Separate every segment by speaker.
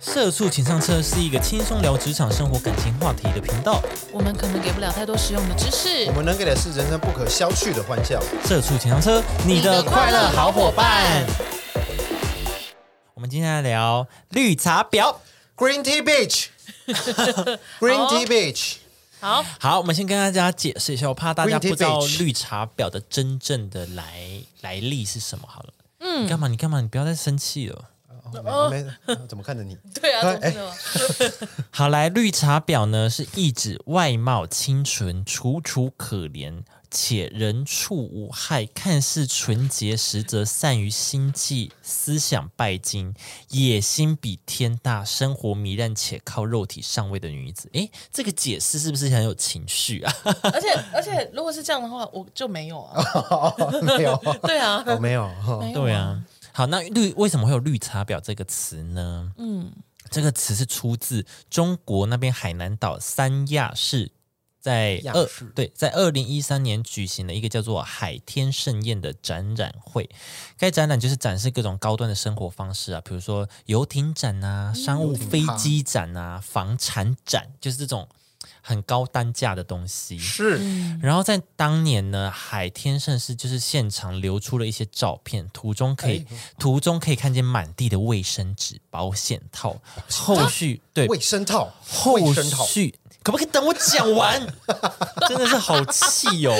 Speaker 1: 社畜请上车是一个轻松聊职场、生活、感情话题的频道。
Speaker 2: 我们可能给不了太多实用的知识
Speaker 3: 我。们能给的是人生不可消去的欢笑。
Speaker 1: 社畜请上车，你的快乐好伙伴。我们今天来聊绿茶婊。
Speaker 3: Green Tea Beach，Green
Speaker 1: 哦
Speaker 3: Tea Beach，
Speaker 2: 好，
Speaker 1: 好，我们先跟大家解释一下，我怕大家
Speaker 3: Green tea
Speaker 1: 不知道
Speaker 3: bitch
Speaker 1: 绿茶婊的真正的来来历是什么。好了，嗯，干嘛？你干嘛？你不要再生气了。
Speaker 3: 哦没没怎么看着你？
Speaker 2: 对啊，
Speaker 3: 哎
Speaker 2: 怎么了？
Speaker 1: 好来，绿茶婊呢是意指外貌清纯、楚楚可怜，且人畜无害，看似纯洁，实则善于心计，思想拜金，野心比天大，生活糜烂且靠肉体上位的女子。诶，这个解释是不是很有情绪啊？
Speaker 2: 而且而且，如果是这样的话，我就没有啊。
Speaker 3: 哦 没有，
Speaker 2: 对啊，
Speaker 3: 哦没有。哦
Speaker 2: 没有
Speaker 1: 对，啊，好，那绿为什么会有绿茶婊这个词呢？嗯，这个词是出自中国那边海南岛三亚市。在
Speaker 3: 亚
Speaker 1: 二
Speaker 3: 市
Speaker 1: 对，在二零一三年举行了一个叫做“海天盛宴”的展览会。该展览就是展示各种高端的生活方式啊，比如说游艇展啊、商务飞机展啊、房产展，就是这种很高单价的东西。
Speaker 3: 是
Speaker 1: 然后在当年呢，海天盛世就是现场流出了一些照片，途中可以、途中可以看见满地的卫生纸、保险套。后续对
Speaker 3: 卫生套，卫
Speaker 1: 后
Speaker 3: 生套，
Speaker 1: 续可不可以等我讲完？真的是好气哦。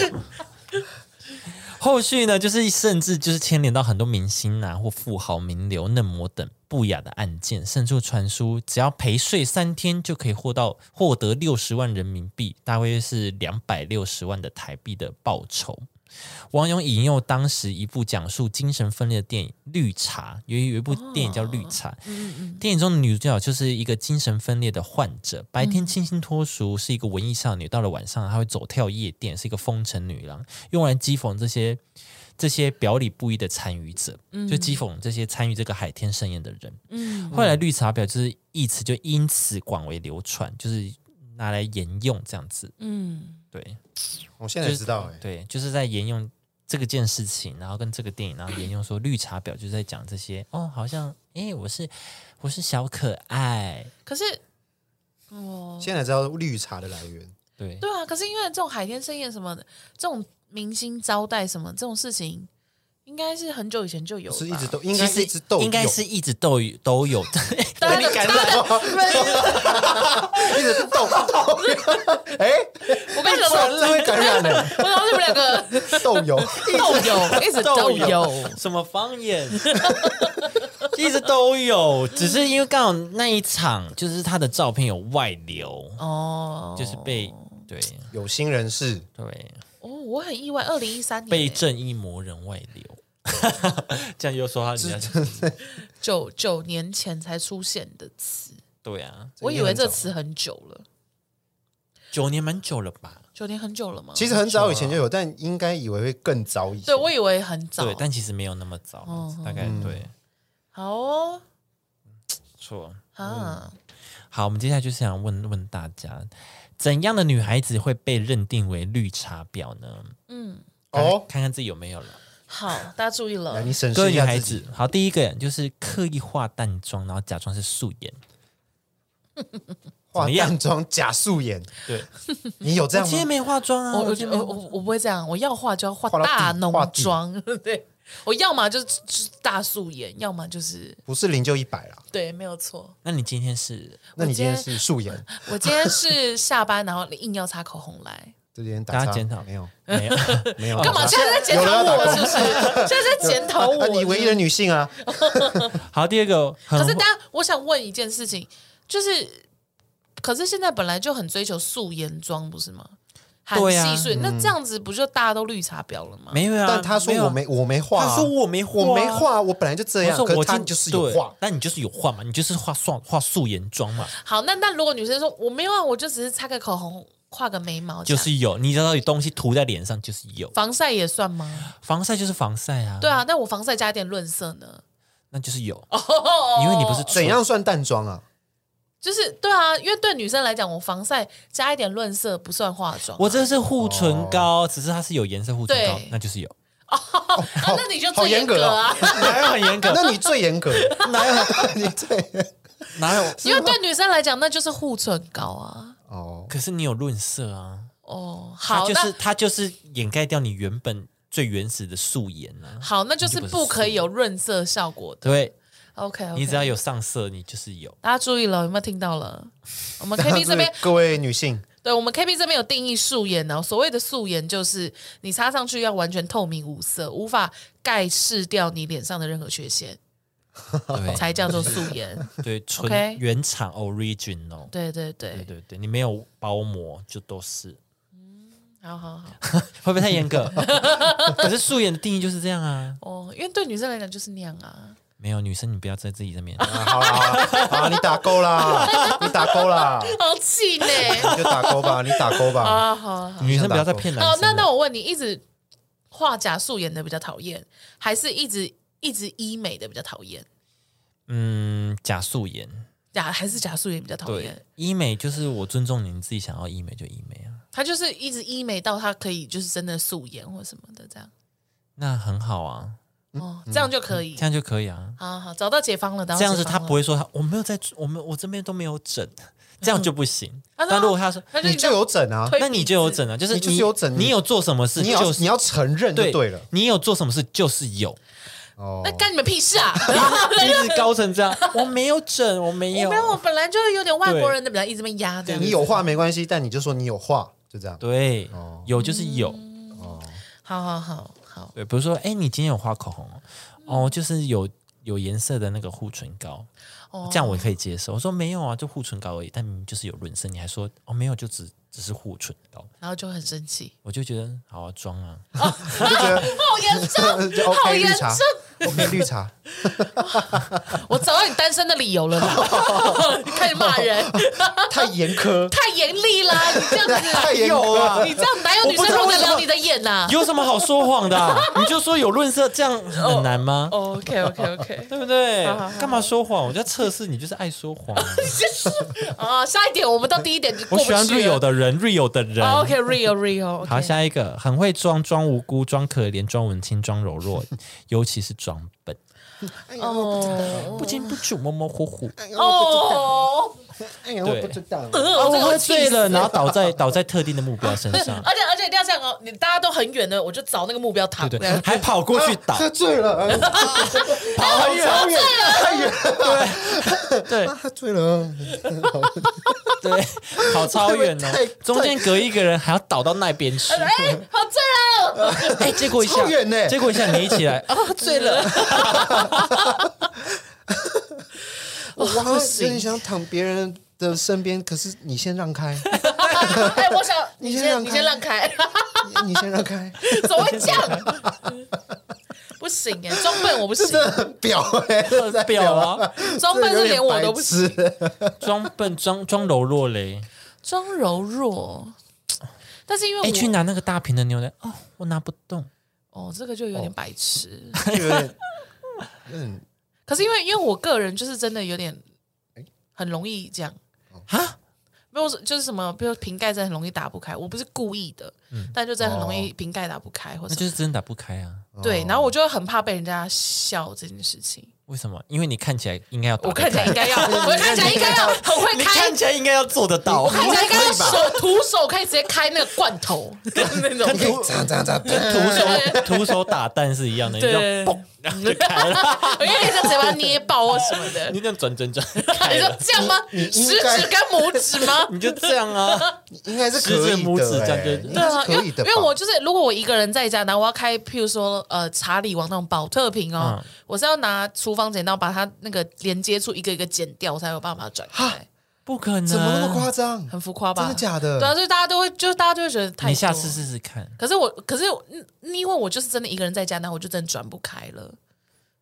Speaker 1: 后续呢，就是甚至就是牵连到很多明星啊或富豪、名流、嫩模等不雅的案件，甚至传出只要陪睡三天就可以获到获得六十万人民币，大约是两百六十万的台币的报酬。网友引用当时一部讲述精神分裂的电影《绿茶》，有一有一部电影叫《绿茶》，电影中的女主角就是一个精神分裂的患者，白
Speaker 2: 嗯
Speaker 1: 天清新脱俗，是一个文艺少女，到了晚上她会走跳夜店，是一个风尘女郎，用来讥讽这些这些表里不一的参与者，就讥讽这些参与这个海天盛宴的人。
Speaker 2: 嗯，
Speaker 1: 后来绿茶婊就是一词就因此广为流传，就是拿来沿用这样子。
Speaker 2: 嗯，
Speaker 1: 对，
Speaker 3: 我现在知道哎，
Speaker 1: 对，就是在沿用这个件事情，然后跟这个电影，然后沿用说绿茶婊就是在讲这些哦，好像诶，我是我是小可爱，
Speaker 2: 可是哦，
Speaker 3: 现在知道绿茶的来源。
Speaker 1: 对
Speaker 2: 对啊，可是因为这种海天盛宴什么的，这种明星招待什么这种事情，应该是很久以前就有了吧，
Speaker 3: 是一直都应该一直都有
Speaker 1: 应该是一直都有都 有，
Speaker 2: 大家
Speaker 1: 被
Speaker 2: 都
Speaker 1: 你感染，
Speaker 3: 一直斗斗， 哎，
Speaker 2: 我跟你说，
Speaker 3: 这会感染的
Speaker 2: 我想说你们两个
Speaker 3: 斗友，
Speaker 2: 斗友一直斗友，
Speaker 1: 什么方 言，一直都有，只是因为刚好那一场就是他的照片有外流，
Speaker 2: 哦，
Speaker 1: 就是被对
Speaker 3: 有心人士，
Speaker 1: 对
Speaker 2: 哦，我很意外，二零一三年
Speaker 1: 被
Speaker 2: 欸
Speaker 1: 正义魔人外流， 这样又说他人家
Speaker 2: 九九年前才出现的词，
Speaker 1: 对啊，
Speaker 2: 我以为这词很久了，
Speaker 1: 九年蛮久了吧？
Speaker 2: 九年很久了吗？
Speaker 3: 其实很早以前就有，但应该以为会更早以前。
Speaker 2: 对我以为很早，
Speaker 1: 对，但其实没有那么早，
Speaker 2: 哦
Speaker 1: 大概对，
Speaker 2: 好哦
Speaker 1: 错。
Speaker 3: 嗯
Speaker 2: 啊，
Speaker 1: 好，我们接下来就是想问问大家，怎样的女孩子会被认定为绿茶婊呢？
Speaker 2: 嗯，
Speaker 3: 哦，
Speaker 1: 看看自己有没有了。
Speaker 2: 好，大家注意
Speaker 3: 来
Speaker 2: 了
Speaker 3: 你，审
Speaker 1: 各
Speaker 3: 视
Speaker 1: 位
Speaker 3: 一
Speaker 1: 女
Speaker 3: 下
Speaker 1: 孩
Speaker 3: 自己
Speaker 1: 子，，好，第一个就是刻意化淡妆，然后假装是素颜。
Speaker 3: 化
Speaker 1: 怎么样
Speaker 3: 淡妆假素颜，
Speaker 1: 对，
Speaker 3: 你有这
Speaker 1: 我
Speaker 3: 样
Speaker 1: 今天
Speaker 3: 吗？
Speaker 1: 没化妆啊，
Speaker 2: 我
Speaker 1: 我
Speaker 2: 我
Speaker 1: 今天
Speaker 2: 我
Speaker 1: 没
Speaker 2: 我
Speaker 1: 化
Speaker 2: 我不会这样，我要化就要化
Speaker 3: 化到
Speaker 2: 大
Speaker 3: 底
Speaker 2: 浓
Speaker 3: 化底
Speaker 2: 妆， 对我要么就是就是大素颜，要么就是
Speaker 3: 不是零就一百啦，
Speaker 2: 对，没有错。
Speaker 1: 那你今天是
Speaker 3: 那你今
Speaker 2: 我
Speaker 3: 天
Speaker 2: 今
Speaker 3: 是素颜，
Speaker 2: 我今天是下班，然后硬要擦口红 来，
Speaker 3: 这边
Speaker 1: 大
Speaker 3: 打
Speaker 1: 家
Speaker 3: 叉
Speaker 1: 检讨
Speaker 3: 没有？
Speaker 1: 没有？
Speaker 3: 没有
Speaker 2: 干嘛？
Speaker 3: 打叉
Speaker 2: 现在在检
Speaker 3: 有
Speaker 2: 讨
Speaker 3: 人要打
Speaker 2: 我是不是？现在在检讨我
Speaker 3: 啊
Speaker 2: 是不是，
Speaker 3: 你唯一的女性啊，
Speaker 1: 好，第二个，啊很
Speaker 2: 可是，大家， 我想问一件事情，就是，可是现在本来就很追求素颜妆，不是吗？韩
Speaker 1: 对啊
Speaker 2: 系素颜，
Speaker 3: 嗯
Speaker 2: 那这样子不就大家都绿茶婊了吗？
Speaker 1: 没有啊？
Speaker 3: 但他说
Speaker 1: 有
Speaker 3: 我没，我没化啊，
Speaker 1: 他说我没化啊
Speaker 3: 我没化，我本来就这
Speaker 1: 我
Speaker 3: 样，
Speaker 1: 说
Speaker 3: 可
Speaker 1: 我
Speaker 3: 是他
Speaker 1: 今
Speaker 3: 就是有
Speaker 1: 对
Speaker 3: 化，
Speaker 1: 但你就是有化嘛，你就是化素化素颜妆嘛，
Speaker 2: 好，那那如果女生说我没有啊，我就只是擦个口红，画个眉毛这
Speaker 1: 就
Speaker 2: 样，
Speaker 1: 是有，你知道有东西涂在脸上就是有。
Speaker 2: 防晒也算吗？
Speaker 1: 防晒就是防晒啊，
Speaker 2: 对，啊，但我防晒加一点润色呢，
Speaker 1: 那就是有，
Speaker 2: 哦
Speaker 1: 因为你不是
Speaker 3: 怎样算淡妆啊？
Speaker 2: 就是对啊，因为对女生来讲，我防晒加一点润色不算化妆。
Speaker 1: 我这是护唇
Speaker 3: 哦
Speaker 1: 膏，只是它是有颜色护唇膏
Speaker 2: 对，
Speaker 1: 那就是有，
Speaker 2: 啊，那你就
Speaker 3: 好
Speaker 2: 最
Speaker 3: 严
Speaker 2: 严格
Speaker 3: 格哦
Speaker 2: 啊！
Speaker 1: 哪有很严格？
Speaker 3: 那你最严格，哪有你最
Speaker 1: 哪有？
Speaker 2: 因为对女生来讲，那就是护唇膏啊。
Speaker 3: 哦，
Speaker 1: 可是你有润色啊，
Speaker 2: 哦，好，
Speaker 1: 它就
Speaker 2: 那
Speaker 1: 是它就是掩盖掉你原本最原始的素颜啊。
Speaker 2: 好，那就是
Speaker 1: 你就不是
Speaker 2: 不可以有润色效果的。
Speaker 1: 对
Speaker 2: OK，, o k
Speaker 1: 你只要有上色，你就是 有。
Speaker 2: 大家注意了，有没有听到 了？我们 KB 这边，
Speaker 3: 各位女性，
Speaker 2: 对我们 KB 这边有定义素颜哦。所谓的素颜，就是你擦上去要完全透明无色，无法盖饰掉你脸上的任何缺陷，
Speaker 1: 对
Speaker 2: 才叫做素颜。
Speaker 1: 对，
Speaker 2: OK
Speaker 1: 纯原厂 original。
Speaker 2: 对对对，
Speaker 1: 对对对，你没有包膜就都是，
Speaker 2: 好好好。
Speaker 1: 会不会太严 格？可是素颜的定义就是这样啊。
Speaker 2: 哦，因为对女生来讲就是那样啊。
Speaker 1: 没有女生，你不要在自己这边。
Speaker 3: 啊好啦好啦，好啦你打勾啦，你打勾啦，
Speaker 2: 好气呢！
Speaker 3: 你就打勾吧，你打勾吧。
Speaker 2: 啊，好好。
Speaker 1: 女生不要再骗男
Speaker 2: 好，
Speaker 1: 生了。
Speaker 2: 哦那那我问你，一直画假素颜的比较讨厌，还是一直一直医美的比较讨厌？
Speaker 1: 嗯，假素颜。
Speaker 2: 假还是假素颜比较讨
Speaker 1: 对
Speaker 2: 厌？，
Speaker 1: 医美就是我尊重你，你自己想要医美就医美啊，
Speaker 2: 他就是一直医美到他可以就是真的素颜或什么的这样，
Speaker 1: 那很好啊，
Speaker 2: 哦，这样就可以
Speaker 1: 这。样就可以啊。
Speaker 2: 好好，找到解方了，找到
Speaker 1: 这样子
Speaker 2: 解
Speaker 1: 他
Speaker 2: 方
Speaker 1: 不
Speaker 2: 了，
Speaker 1: 会说他我没有在，我们我这边都没有整，这样就不行。
Speaker 2: 啊
Speaker 1: 但如果他说，
Speaker 2: 他
Speaker 3: 你就有整啊，
Speaker 2: 推
Speaker 1: 那你就有整了，就是
Speaker 3: 你就是有整
Speaker 1: 你有做什么事
Speaker 3: 你要
Speaker 1: 就
Speaker 3: 你
Speaker 1: 是
Speaker 3: 要承认就对了。
Speaker 1: 你有做什么事就是 有，
Speaker 3: 哦
Speaker 2: 那，干你们屁 事啊！
Speaker 1: 鼻子高成这样，我没有整，我没
Speaker 2: 我
Speaker 1: 有
Speaker 2: 没，有，我本来就有点外国人的，本来一直被压这样。
Speaker 3: 你有话没关系，但你就说你有话，就这样。
Speaker 1: 对
Speaker 3: 哦，
Speaker 1: 有就是有，
Speaker 2: 嗯好好好好，
Speaker 1: 对，比如说，哎，你今天有画口红哦哦，就是有有颜色的那个护唇膏，
Speaker 2: 哦
Speaker 1: 这样我可以接受。我说没有啊，就护唇膏而已，但明明就是有润色，你还说哦没有，就只只是护唇膏，
Speaker 2: 然后就很生 气，
Speaker 1: 我就觉得好啊，装啊，
Speaker 3: 就觉得
Speaker 2: 好严重，
Speaker 3: 就
Speaker 2: 好
Speaker 3: OK
Speaker 2: 严
Speaker 3: 绿茶
Speaker 2: 重。
Speaker 3: ，OK 绿茶，
Speaker 2: 我找到你单身的理由了啦， 你开始骂人，
Speaker 3: 太严苛，
Speaker 2: 太严厉啦！你这样
Speaker 3: 太
Speaker 2: 子，啊
Speaker 3: 严苛了。
Speaker 2: 你这样哪有女生受得了你的眼啊 呐、
Speaker 1: 有什么好说谎的啊、你就说有润色，这样很难吗？
Speaker 2: OK OK OK，
Speaker 1: 对不对
Speaker 2: 哦好好好？
Speaker 1: 干嘛说谎？我就要测试你，就是爱说谎 啊、
Speaker 2: 啊，下一点我们到第一点就
Speaker 1: 我
Speaker 2: 过不
Speaker 1: 喜
Speaker 2: 去了。
Speaker 1: 欢 real 的人，real 的人。
Speaker 2: 啊，OK real real，
Speaker 1: 好，下一个很会装，装无辜，装可怜，装文青，装柔弱， 尤其是装笨，
Speaker 3: 哎呀，我不知道，
Speaker 2: 哦
Speaker 1: 不清不楚，模模糊糊。
Speaker 3: 哎呀，
Speaker 2: 哦，
Speaker 3: 哎呀，我不知道。
Speaker 1: 哦，
Speaker 2: 呃
Speaker 1: 我喝醉，
Speaker 2: 这个气死
Speaker 1: 了，然后倒在倒在特定的目标身 上，
Speaker 2: 而且而且一定要这样哦，你大家都很远的，我就找那个目标哎躺。
Speaker 1: 对不
Speaker 2: 这
Speaker 1: 对
Speaker 2: 样？
Speaker 1: 还跑过去 倒，
Speaker 3: 喝醉了， 哎跑很远，好远，太远了，
Speaker 1: 对，
Speaker 3: 喝醉了。
Speaker 1: 对，跑超 远哦
Speaker 3: 太，
Speaker 1: 中间隔一个人还要倒到那边去。
Speaker 2: 哎、好 醉哦了，
Speaker 1: 哎，结果一下
Speaker 3: 超远呢，
Speaker 1: 结果一下你一起 来啊，醉了。
Speaker 3: 我
Speaker 2: 哇
Speaker 3: 我
Speaker 2: 不
Speaker 3: 有点
Speaker 2: 行
Speaker 3: 想躺别人的身边，可是你先让开，
Speaker 2: 哎、我想你
Speaker 3: 你先
Speaker 2: 先
Speaker 3: 让
Speaker 2: 你
Speaker 3: 开
Speaker 2: 先让开，
Speaker 3: 你你先让开，
Speaker 2: 怎么会这样？不行哎、装笨我不行，
Speaker 3: 表哎，在
Speaker 1: 表啊，
Speaker 2: 装笨是连我都不行。
Speaker 3: 行。
Speaker 1: 装笨装装柔弱嘞。
Speaker 2: 装柔弱，但是因为我、
Speaker 1: 哎，去拿那个大瓶的牛奶哦，我拿不动。
Speaker 2: 哦，这个就有点白痴。
Speaker 3: 就有 点，嗯，
Speaker 2: 可是因为因为我个人就是真的有点很容易这样
Speaker 1: 啊，
Speaker 2: 没有就是什么，比如瓶盖真的很容易打不开，我不是故意的，但就真的很容易瓶盖打不开，或
Speaker 1: 那
Speaker 2: 者、
Speaker 1: 就是真的打不开啊？
Speaker 2: 对，然后我就会很怕被人家笑这件事情。
Speaker 1: 为什么？因为你看起来应该要打
Speaker 2: 我
Speaker 1: 得开，
Speaker 2: 看起来应该要，我看起来应该要很会
Speaker 1: 哦你
Speaker 2: 开，
Speaker 1: 看起来应该要做得到。
Speaker 2: 看起来应该要手徒手可以直接开那个罐头那种。
Speaker 3: 可以这样这样这样，
Speaker 1: 徒手徒手打蛋是一样的，你这样
Speaker 2: 对，
Speaker 1: 然后就开了，
Speaker 2: 我因为你的嘴巴捏爆或什么的，
Speaker 1: 你这样转转转
Speaker 2: 你
Speaker 1: 开
Speaker 2: 说
Speaker 1: 了，
Speaker 2: 这样吗？食
Speaker 3: 应该
Speaker 2: 指跟拇指吗？
Speaker 1: 你就这样啊？
Speaker 3: 应该是可
Speaker 1: 食指
Speaker 3: 以
Speaker 1: 拇指
Speaker 3: 的
Speaker 1: 这
Speaker 3: 哎，
Speaker 1: 样就
Speaker 3: 应
Speaker 2: 对
Speaker 3: 该
Speaker 2: 啊
Speaker 3: 是，
Speaker 2: 因
Speaker 3: 可
Speaker 2: 为
Speaker 3: 以的
Speaker 2: 因
Speaker 3: 吧，
Speaker 2: 为我就是，如果我一个人在家，然后我要开，譬如说呃查理王那种保特瓶哦，
Speaker 1: 嗯
Speaker 2: 我是要拿厨房剪刀把它那个连接处一个一个剪掉，我才有办法转开，
Speaker 1: 不可能，
Speaker 3: 怎么那么夸张？
Speaker 2: 很浮夸吧？
Speaker 3: 真的假的
Speaker 2: 对啊，所以大家都会，就大家都会觉得太多。
Speaker 1: 你下次试试看。
Speaker 2: 可是我，可是我嗯因为我就是真的一个人在家，那我就真的转不开了，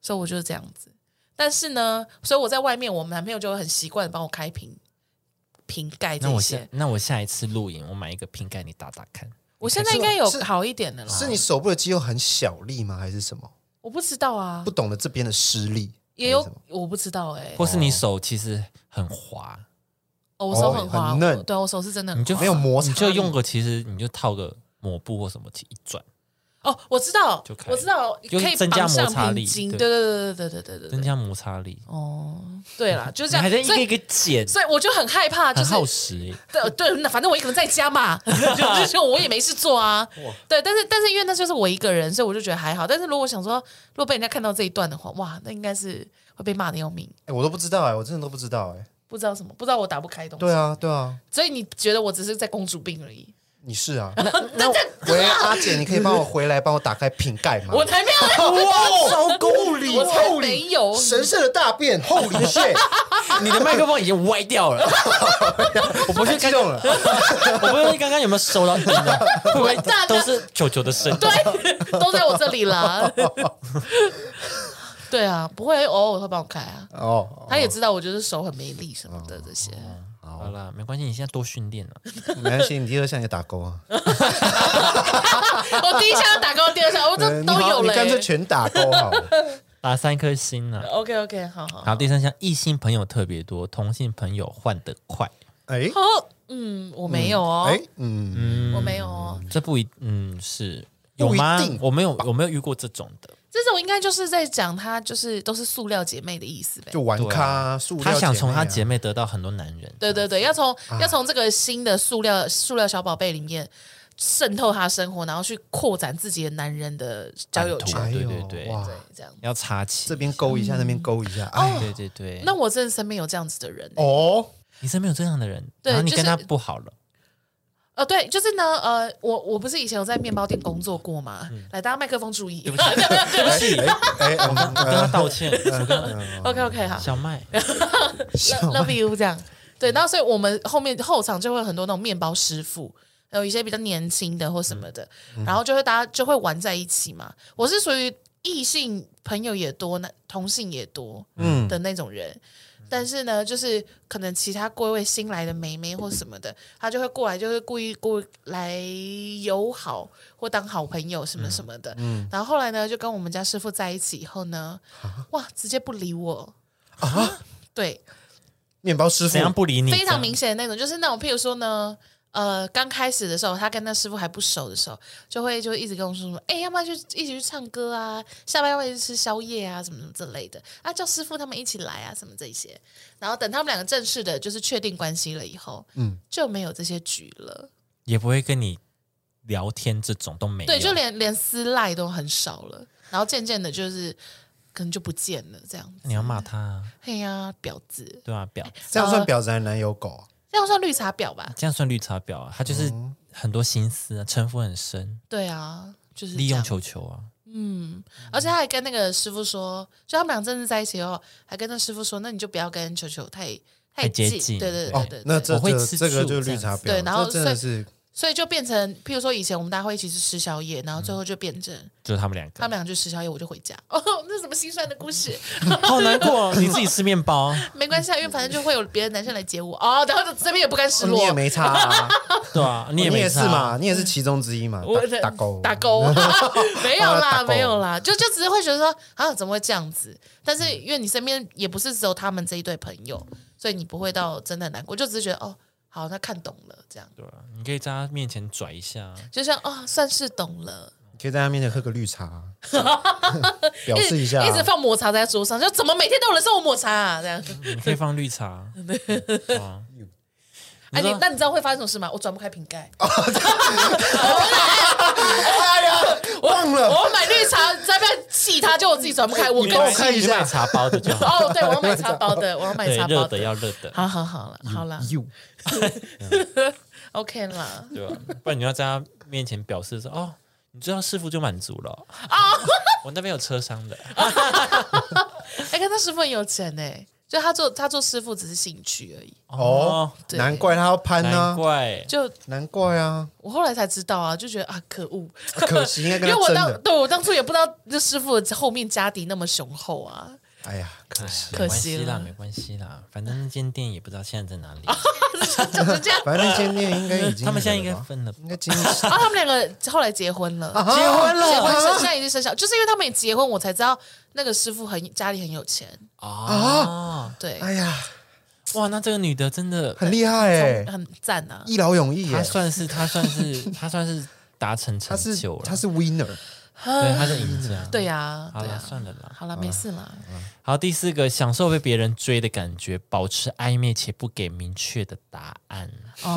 Speaker 2: 所以我就是这样子。但是呢，所以我在外面，我男朋友就会很习惯地帮我开瓶瓶盖这
Speaker 1: 那我下
Speaker 2: 些。
Speaker 1: 那我下一次录影，我买一个瓶盖，你打打看。
Speaker 2: 我现在应该有好一点的啦，
Speaker 3: 是你手部的肌肉很小力吗？还是什么？
Speaker 2: 我不知道啊
Speaker 3: 不，懂得这边的施力，
Speaker 2: 也
Speaker 3: 还是
Speaker 2: 有
Speaker 3: 什么
Speaker 2: 我不知道哎、
Speaker 1: 或是你手其实很滑，
Speaker 2: 哦，我手
Speaker 3: 哦
Speaker 2: 很滑，
Speaker 3: 很嫩
Speaker 2: 我对我手是真的很
Speaker 1: 你就
Speaker 2: 滑
Speaker 3: 没有摩擦
Speaker 1: 你
Speaker 3: 力，
Speaker 1: 就用个其实你就套个抹布或什么去一转，
Speaker 2: 哦，我知道
Speaker 1: 就，可以
Speaker 2: 我知道，
Speaker 1: 就是
Speaker 2: 可以
Speaker 1: 增加
Speaker 2: 绑上
Speaker 1: 摩擦力
Speaker 2: 平均
Speaker 1: 对
Speaker 2: 对对对对对对对
Speaker 1: 增
Speaker 2: 对。
Speaker 1: 加摩擦力。
Speaker 2: 哦，对 啦，就
Speaker 1: 你
Speaker 2: 是这样。
Speaker 1: 还在一
Speaker 2: 所
Speaker 1: 个一
Speaker 2: 以，
Speaker 1: 个剪，
Speaker 2: 所以我就很害怕，就
Speaker 1: 很
Speaker 2: 是
Speaker 1: 耗时欸。
Speaker 2: 对对，那反正我一个人在 家嘛，就就我也没事做啊。对，但是但是因为那就是我一个人，所以我就觉得还好。但是如果想说，如果被人家看到这一段的话，哇，那应该是会被骂的要命。
Speaker 3: 哎，我都不知道哎，我真的都不知道哎。
Speaker 2: 不知道什么，不知道我打不开东西。
Speaker 3: 对啊，对啊，
Speaker 2: 所以你觉得我只是在公主病而已？
Speaker 3: 你是 啊。那那喂，阿姐，你可以帮我回来帮我打开瓶盖吗？
Speaker 2: 我才没有，
Speaker 3: 哇，超公理
Speaker 2: 我才没有。
Speaker 3: 神圣的大便，Holy shit！
Speaker 1: 你的麦克风已经歪掉了，我不
Speaker 3: 太
Speaker 1: 是
Speaker 3: 激
Speaker 1: 刚，
Speaker 3: 动了，
Speaker 1: 我不是刚刚有没有收到你的？会不会
Speaker 2: 蛋了
Speaker 1: 都是球球的声音？
Speaker 2: 对，都在我这里啦。对啊，不会，偶尔会帮我开啊。
Speaker 3: 哦，
Speaker 2: 他也知道我就是手很没力什么的这些。
Speaker 1: 好啦，没关系，你现在多训练啊了。
Speaker 3: 没关系，你第二项也打勾啊，
Speaker 2: 我第一下要打勾，第二下我这
Speaker 3: 嗯
Speaker 2: 都
Speaker 3: 你好
Speaker 2: 有
Speaker 3: 你
Speaker 2: 了
Speaker 3: 干脆
Speaker 2: 欸。
Speaker 3: 全打勾好了。
Speaker 1: 打三颗星了。
Speaker 2: OK OK，好好
Speaker 1: 好，第三项，异性朋友特别多，同性朋友换得快。
Speaker 3: 哎
Speaker 2: 好，嗯，我没有哦，
Speaker 3: 哎，嗯，
Speaker 2: 我没有哦，
Speaker 1: 这不一，嗯，是有
Speaker 3: 不一
Speaker 1: 吗
Speaker 3: 定？
Speaker 1: 我没有，我没有遇过这种的。
Speaker 2: 这种应该就是在讲她就是都是塑料姐妹的意思呗。
Speaker 3: 就玩
Speaker 1: 对
Speaker 3: 咖
Speaker 1: 啊
Speaker 3: 塑料姐妹
Speaker 1: 她
Speaker 3: 啊，
Speaker 1: 想从她姐妹得到很多男人。
Speaker 2: 对对对，要从、要从这个新的塑料塑料小宝贝里面渗透她生活，然后去扩展自己的男人的交友圈，
Speaker 3: 哎
Speaker 1: 对
Speaker 3: 呦
Speaker 1: 对对
Speaker 3: 哇
Speaker 2: 对，，这样。
Speaker 1: 要插旗。
Speaker 3: 这边勾一下，那边勾一下，哎，
Speaker 1: 对对对，
Speaker 2: 那我真的身边有这样子的人欸、
Speaker 3: 哦，
Speaker 1: 你身边有这样的人，
Speaker 2: 对
Speaker 1: 然后你
Speaker 2: 就是
Speaker 1: 跟他不好了，
Speaker 2: 呃，对，就是呢，呃，我我不是以前有在面包店工作过嘛，来，大家麦克风注意，嗯 对不起
Speaker 1: 对不起，
Speaker 3: 哎，我们
Speaker 2: 呃
Speaker 1: 我跟他道 歉。我跟
Speaker 2: ，OK OK，好，
Speaker 1: 小麦，
Speaker 2: Love love you 这样。对，然后所以我们后面后场就会有很多那种面包师傅，还有一些比较年轻的或什么的，然后就会大家就会玩在一起嘛。我是属于异性朋友也多，那同性也多，嗯的那种人。但是呢，就是可能其他各位新来的妹妹或什么的，她就会过来，就是故意故意来友好或当好朋友什么什么的。然后后来呢，就跟我们家师傅在一起以后呢，哇，直接不理我啊！对，
Speaker 3: 面包师傅
Speaker 1: 怎样不理你？
Speaker 2: 非
Speaker 1: 这
Speaker 2: 常
Speaker 1: 样
Speaker 2: 明显的那种，就是那种，譬如说呢，呃，刚开始的时候，他跟那师傅还不熟的时候，就会就一直跟我说什么，哎、要不要去一起去唱歌啊？下班要不要去吃宵夜啊？什么什么之类的啊，叫师傅他们一起来啊，什么这些。然后等他们两个正式的，就是确定关系了以后，嗯，就没有这些局了。
Speaker 1: 也不会跟你聊天，这种都没有。
Speaker 2: 对，就连连私赖都很少了。然后渐渐的，就是可能就不见了这样子。
Speaker 1: 你要骂他啊，
Speaker 2: 嘿呀、婊子，
Speaker 1: 对啊，婊子，
Speaker 3: 这样算婊子还是男友狗啊？
Speaker 2: 这样算绿茶婊吧？
Speaker 1: 这样算绿茶婊
Speaker 2: 哦
Speaker 1: 啊，他就是很多心思啊，城府很深，
Speaker 2: 对啊，就是
Speaker 1: 利
Speaker 2: 这
Speaker 1: 用
Speaker 2: 样
Speaker 1: 球球啊，
Speaker 2: 而且他还跟那个师傅说，就他们俩正式在一起后，还跟那师傅说，那你就不要跟球球太太
Speaker 1: 太接近
Speaker 2: 对对
Speaker 1: 哦
Speaker 2: 对对，
Speaker 3: 那
Speaker 2: 对
Speaker 3: 这
Speaker 1: 我会
Speaker 3: 这
Speaker 1: 吃
Speaker 3: 这个
Speaker 1: 醋
Speaker 3: 就是
Speaker 1: 这
Speaker 3: 绿
Speaker 1: 样
Speaker 3: 茶婊
Speaker 1: 子，
Speaker 2: 对然后
Speaker 3: 这真的
Speaker 2: 所
Speaker 3: 是
Speaker 2: 所以就变成，譬如说以前我们大家会一起去吃宵夜，然后最后就变成
Speaker 1: 就是他们两
Speaker 2: 他
Speaker 1: 个，
Speaker 2: 们俩去吃宵夜，我就回家。哦，那什么心酸的故事？
Speaker 1: 好难过哦，你自己吃面包，
Speaker 2: 没关系啊，因为反正就会有别的男生来接我哦，然后这边也不甘示
Speaker 3: 你
Speaker 2: 弱
Speaker 3: 也。没差啊，
Speaker 1: 对 啊， 你也
Speaker 3: 你
Speaker 1: 没
Speaker 3: 也
Speaker 1: 差
Speaker 3: 是，嘛，你也是其中之一嘛，
Speaker 2: 我
Speaker 3: 打打勾哦
Speaker 2: 打勾， 没有
Speaker 3: 打
Speaker 2: 啦
Speaker 3: 勾，
Speaker 2: 没有啦，就就只是会觉得说啊，怎么会这样子？但是因为你身边也不是只有他们这一对朋友，所以你不会到真的难过，就只是觉得哦，好，那看懂了，这样
Speaker 1: 对啊，你可以在他面前拽一下，啊
Speaker 2: 就像哦，算是懂了，
Speaker 3: 你可以在他面前喝个绿茶， 表示一下啊
Speaker 2: 一直放抹茶在桌上，就怎么每天都有人送我抹茶啊？这样，
Speaker 1: 你可以放绿 茶，啊，
Speaker 2: 哎，
Speaker 3: 啊
Speaker 1: 你
Speaker 2: 你
Speaker 1: 说
Speaker 2: 那你知道会发生什么事吗？我转不开瓶盖，
Speaker 3: 哦 哎忘了
Speaker 2: 我买绿茶在那边气他，就我自己转不开，我
Speaker 1: 你
Speaker 2: 跟
Speaker 3: 帮我
Speaker 1: 买
Speaker 2: 哦，
Speaker 3: 看一下
Speaker 1: 你买茶包的 就好，
Speaker 2: 对，我要买茶包的，我要买
Speaker 1: 对，
Speaker 2: 茶包
Speaker 1: 热的要热的，
Speaker 2: 好好好了，好了
Speaker 3: you
Speaker 2: ，OK 啦。
Speaker 1: 对啊，不然你要在他面前表示说，哦，你知道师傅就满足了，
Speaker 3: 哦
Speaker 1: 啊，我那边有车商的，
Speaker 2: 哎、看他师傅很有钱哎、就他做他做师傅只是兴趣而已。
Speaker 3: 哦，
Speaker 2: 对
Speaker 3: 难怪他要攀
Speaker 1: 难
Speaker 3: 呢，
Speaker 1: 怪，
Speaker 2: 就
Speaker 3: 难怪啊，
Speaker 2: 我后来才知道啊，就觉得啊，可恶，
Speaker 3: 可惜应该
Speaker 2: 因为
Speaker 3: 跟他
Speaker 2: 我
Speaker 3: 争
Speaker 2: 当
Speaker 3: 的，
Speaker 2: 对我当初也不知道这师傅的后面家底那么雄厚啊，
Speaker 3: 哎呀，可惜，
Speaker 1: 没
Speaker 2: 可
Speaker 1: 关
Speaker 2: 惜
Speaker 1: 系啦，
Speaker 2: 了
Speaker 1: 没关系啦，反正那间店也不知道现在在哪里，
Speaker 2: 就啊这样。
Speaker 3: 反正那间店应该哦已经
Speaker 1: 他们现在应该
Speaker 3: 那个了吧
Speaker 1: 分了吧。
Speaker 3: 应该经
Speaker 2: 然后他们两个后来结婚了，
Speaker 1: 啊
Speaker 3: 结婚
Speaker 2: 结婚生
Speaker 3: 了
Speaker 2: 现在已经生小，就是因为他们也结婚，我才知道那个师傅很家里很有钱。
Speaker 3: 哦
Speaker 1: 啊！
Speaker 2: 对，
Speaker 3: 哎呀，
Speaker 1: 哇，那这个女的真的，
Speaker 3: 很厉害哎，
Speaker 2: 很赞啊！
Speaker 3: 一劳永逸耶欸
Speaker 1: 她，算是她算是她算是达成
Speaker 3: 他
Speaker 1: 成
Speaker 3: 是
Speaker 1: 就了。
Speaker 3: 他是 winner，
Speaker 1: 呃对，他是赢家。
Speaker 2: 对呀，
Speaker 1: 好
Speaker 2: 对啊
Speaker 1: 了，
Speaker 2: 呀，
Speaker 1: 算了啦。
Speaker 2: 好了，没事啦。
Speaker 1: 好，第四个，享受被别人追的感觉，保持暧昧且不给明确的答案，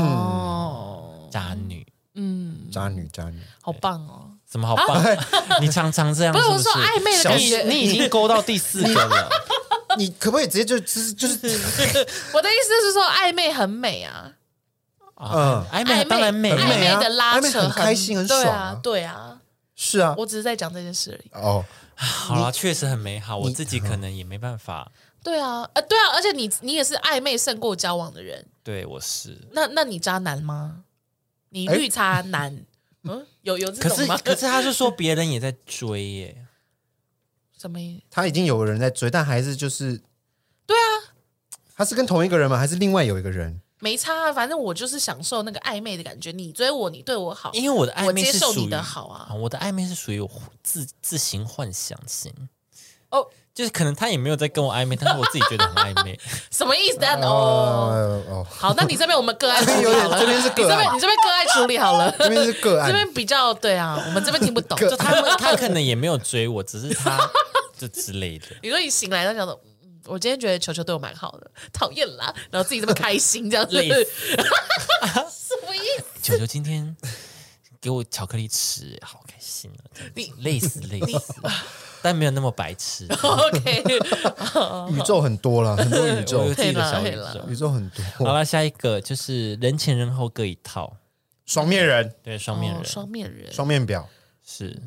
Speaker 2: 哦，
Speaker 1: 渣女。
Speaker 2: 嗯，
Speaker 3: 渣女渣女，
Speaker 2: 好棒哦！
Speaker 1: 怎么好棒？ 你常常这样
Speaker 2: 不是
Speaker 1: 啊是
Speaker 2: 我
Speaker 1: 是
Speaker 2: 说暧昧的感觉，
Speaker 1: 你已经勾到第四个了，
Speaker 3: 你可不可以直接就就是就是
Speaker 2: 我的意思是说暧昧很美啊，
Speaker 1: 嗯，暧昧当然美
Speaker 2: 暧
Speaker 3: 美
Speaker 2: 昧
Speaker 3: 啊
Speaker 2: 的拉
Speaker 3: 暧昧
Speaker 2: 扯
Speaker 3: 很开心很爽啊
Speaker 2: 对啊，对啊，
Speaker 3: 是啊
Speaker 2: 我只是在讲这件事而已。
Speaker 3: 哦，
Speaker 1: 好啦，确实很美好。我自己可能也没办法，
Speaker 2: 对啊，呃，对啊，而且你你也是暧昧胜过交往的人，
Speaker 1: 对我是。
Speaker 2: 那那你渣男吗？你
Speaker 3: 哎
Speaker 2: 绿茶男？嗯，有有这
Speaker 1: 可
Speaker 2: 种
Speaker 1: 是
Speaker 2: 吗？
Speaker 1: 可是他是 说别人也在追耶，
Speaker 2: 什么意思？
Speaker 3: 他已经有人在追，但还是就是
Speaker 2: 对啊，
Speaker 3: 他是跟同一个人吗？还是另外有一个人？
Speaker 2: 没差啊，反正我就是享受那个暧昧的感觉，你追我，你对我好，
Speaker 1: 因为我的暧
Speaker 2: 我
Speaker 1: 昧
Speaker 2: 接
Speaker 1: 是
Speaker 2: 受
Speaker 1: 属
Speaker 2: 你
Speaker 1: 于哦
Speaker 2: 的好啊。
Speaker 1: 我的暧昧是属于我自自行幻想型
Speaker 2: 哦，
Speaker 1: 就是可能他也没有在跟我暧昧，但是我自己觉得很暧 昧。
Speaker 2: 什么意思啊？哦，
Speaker 3: 哦哦，
Speaker 2: 好，那你这边我们个案处理
Speaker 3: 有
Speaker 2: 好
Speaker 3: 点
Speaker 2: 了，
Speaker 3: 这边是
Speaker 2: 你
Speaker 3: 个
Speaker 2: 这边
Speaker 3: 案
Speaker 2: 你，这边个案处理好了，
Speaker 3: 这边是 个
Speaker 2: 这
Speaker 3: 案，
Speaker 2: 边比较对啊，我们这边听不懂。
Speaker 1: 就他们他可能也没有追我，只是他 就之类的。
Speaker 2: 你说你醒来，他讲的，嗯我今天觉得球球对我蛮好的，讨厌啦， 然后自己这么开心这样子，
Speaker 1: 累死
Speaker 2: 什么意思？
Speaker 1: 九九今天给我巧克力吃，好开心啊！
Speaker 2: 你
Speaker 1: 累死累死，但没有那么白 痴。
Speaker 2: OK，
Speaker 3: 宇宙很多了，很多 宇
Speaker 1: 我有
Speaker 3: 宙，
Speaker 1: 自己的小
Speaker 2: 可
Speaker 1: 宇
Speaker 2: 以啦可以
Speaker 1: 宙
Speaker 2: 啦。
Speaker 3: 宇宙很
Speaker 1: 好
Speaker 3: 多，
Speaker 1: 了，下一个就是人前人后各一套，
Speaker 3: 双面人，
Speaker 1: 对， 双面人、
Speaker 2: 哦双面人，
Speaker 3: 双面婊，
Speaker 1: 是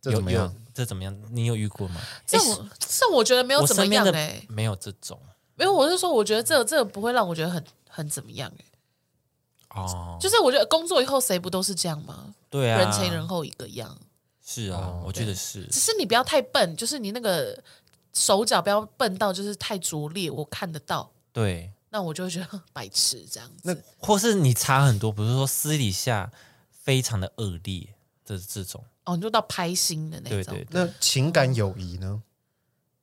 Speaker 3: 这怎么样？？
Speaker 1: 这怎么样？你有遇过吗？
Speaker 2: 这我这我觉得没有
Speaker 1: 我
Speaker 2: 怎么
Speaker 1: 身边
Speaker 2: 样
Speaker 1: 的
Speaker 2: 哎、
Speaker 1: 没有这种
Speaker 2: 因为我是说，我觉得这这不会让我觉得很很怎么样哎、
Speaker 1: 哦，
Speaker 2: 就是我觉得工作以后谁不都是这样吗？
Speaker 1: 对啊，
Speaker 2: 人前人后一个样，
Speaker 1: 是啊，我觉得是
Speaker 2: 只是你不要太笨，就是你那个手脚不要笨到就是太拙劣，我看得到，
Speaker 1: 对，
Speaker 2: 那我就会觉得 白痴这样子。
Speaker 1: 或是你差很多，比如说私底下非常的恶劣，这这种，
Speaker 2: 哦，你就到拍心的那
Speaker 1: 对
Speaker 2: 种。
Speaker 1: 对对，
Speaker 3: 那情感友谊呢？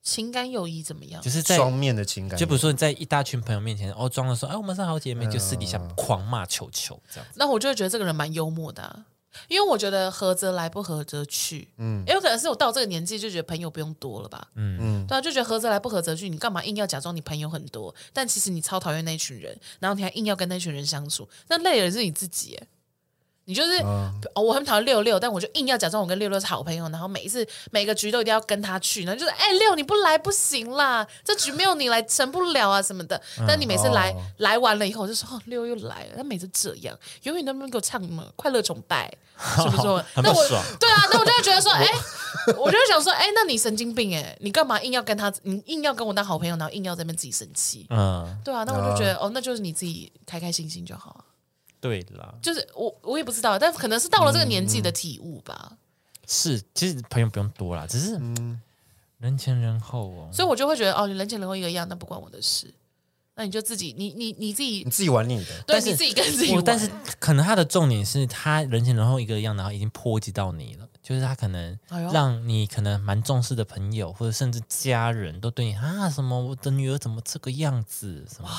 Speaker 2: 情感友谊怎么样
Speaker 1: 就？是在
Speaker 3: 双面的情感友谊，
Speaker 1: 就比如说你在一大群朋友面前，哦，装的说，哎，我们是好姐妹，就私底下狂骂球球这样子。
Speaker 2: 那我就会觉得这个人蛮幽默的啊、因为我觉得合则来，不合则去。嗯，也有可能是我到这个年纪就觉得朋友不用多了吧。嗯嗯，对啊，就觉得合则来，不合则去。你干嘛硬要假装你朋友很多，但其实你超讨厌那一群人，然后你还硬要跟那群人相处，那累的是你自己耶。你就是、哦，我很讨厌六六，但我就硬要假装我跟六六是好朋友，然后每一次每个局都一定要跟他去，然后就是哎、六你不来不行啦，这局没有你来成不了啊什么的。但你每次来、来完了以后，我就说、哦、六又来了，他每次这样，永远都没有给我唱什么快乐崇 拜，什么什么，
Speaker 1: 很
Speaker 2: 哦那
Speaker 1: 不
Speaker 2: 我
Speaker 1: 爽
Speaker 2: 对啊，那我就会觉 得说，哎、我就会想说，哎、那你神经病哎、你干嘛硬要跟他，你硬要跟我当好朋友，然后硬要在那边自己生气？
Speaker 1: 嗯，
Speaker 2: 对啊，那我就觉得、哦，那就是你自己开开心心就好啊。
Speaker 1: 对啦，
Speaker 2: 就是我我也不知道，但可能是到了这个年纪的体悟吧，
Speaker 1: 是，其实朋友不用多啦，只是人前人后哦，
Speaker 2: 所以我就会觉得哦，你人前人后一个样，那不关我的事，那你就自己你你你自己
Speaker 3: 你自己玩你的，
Speaker 2: 对
Speaker 1: 但是
Speaker 2: 你自己跟自己
Speaker 1: 我
Speaker 2: 玩，
Speaker 1: 但是可能他的重点是他人前人后一个样，然后已经波及到你了，就是他可能
Speaker 2: 哎呦
Speaker 1: 让你可能蛮重视的朋友或者甚至家人都对你啊什么我的女儿怎么这个样子什么的，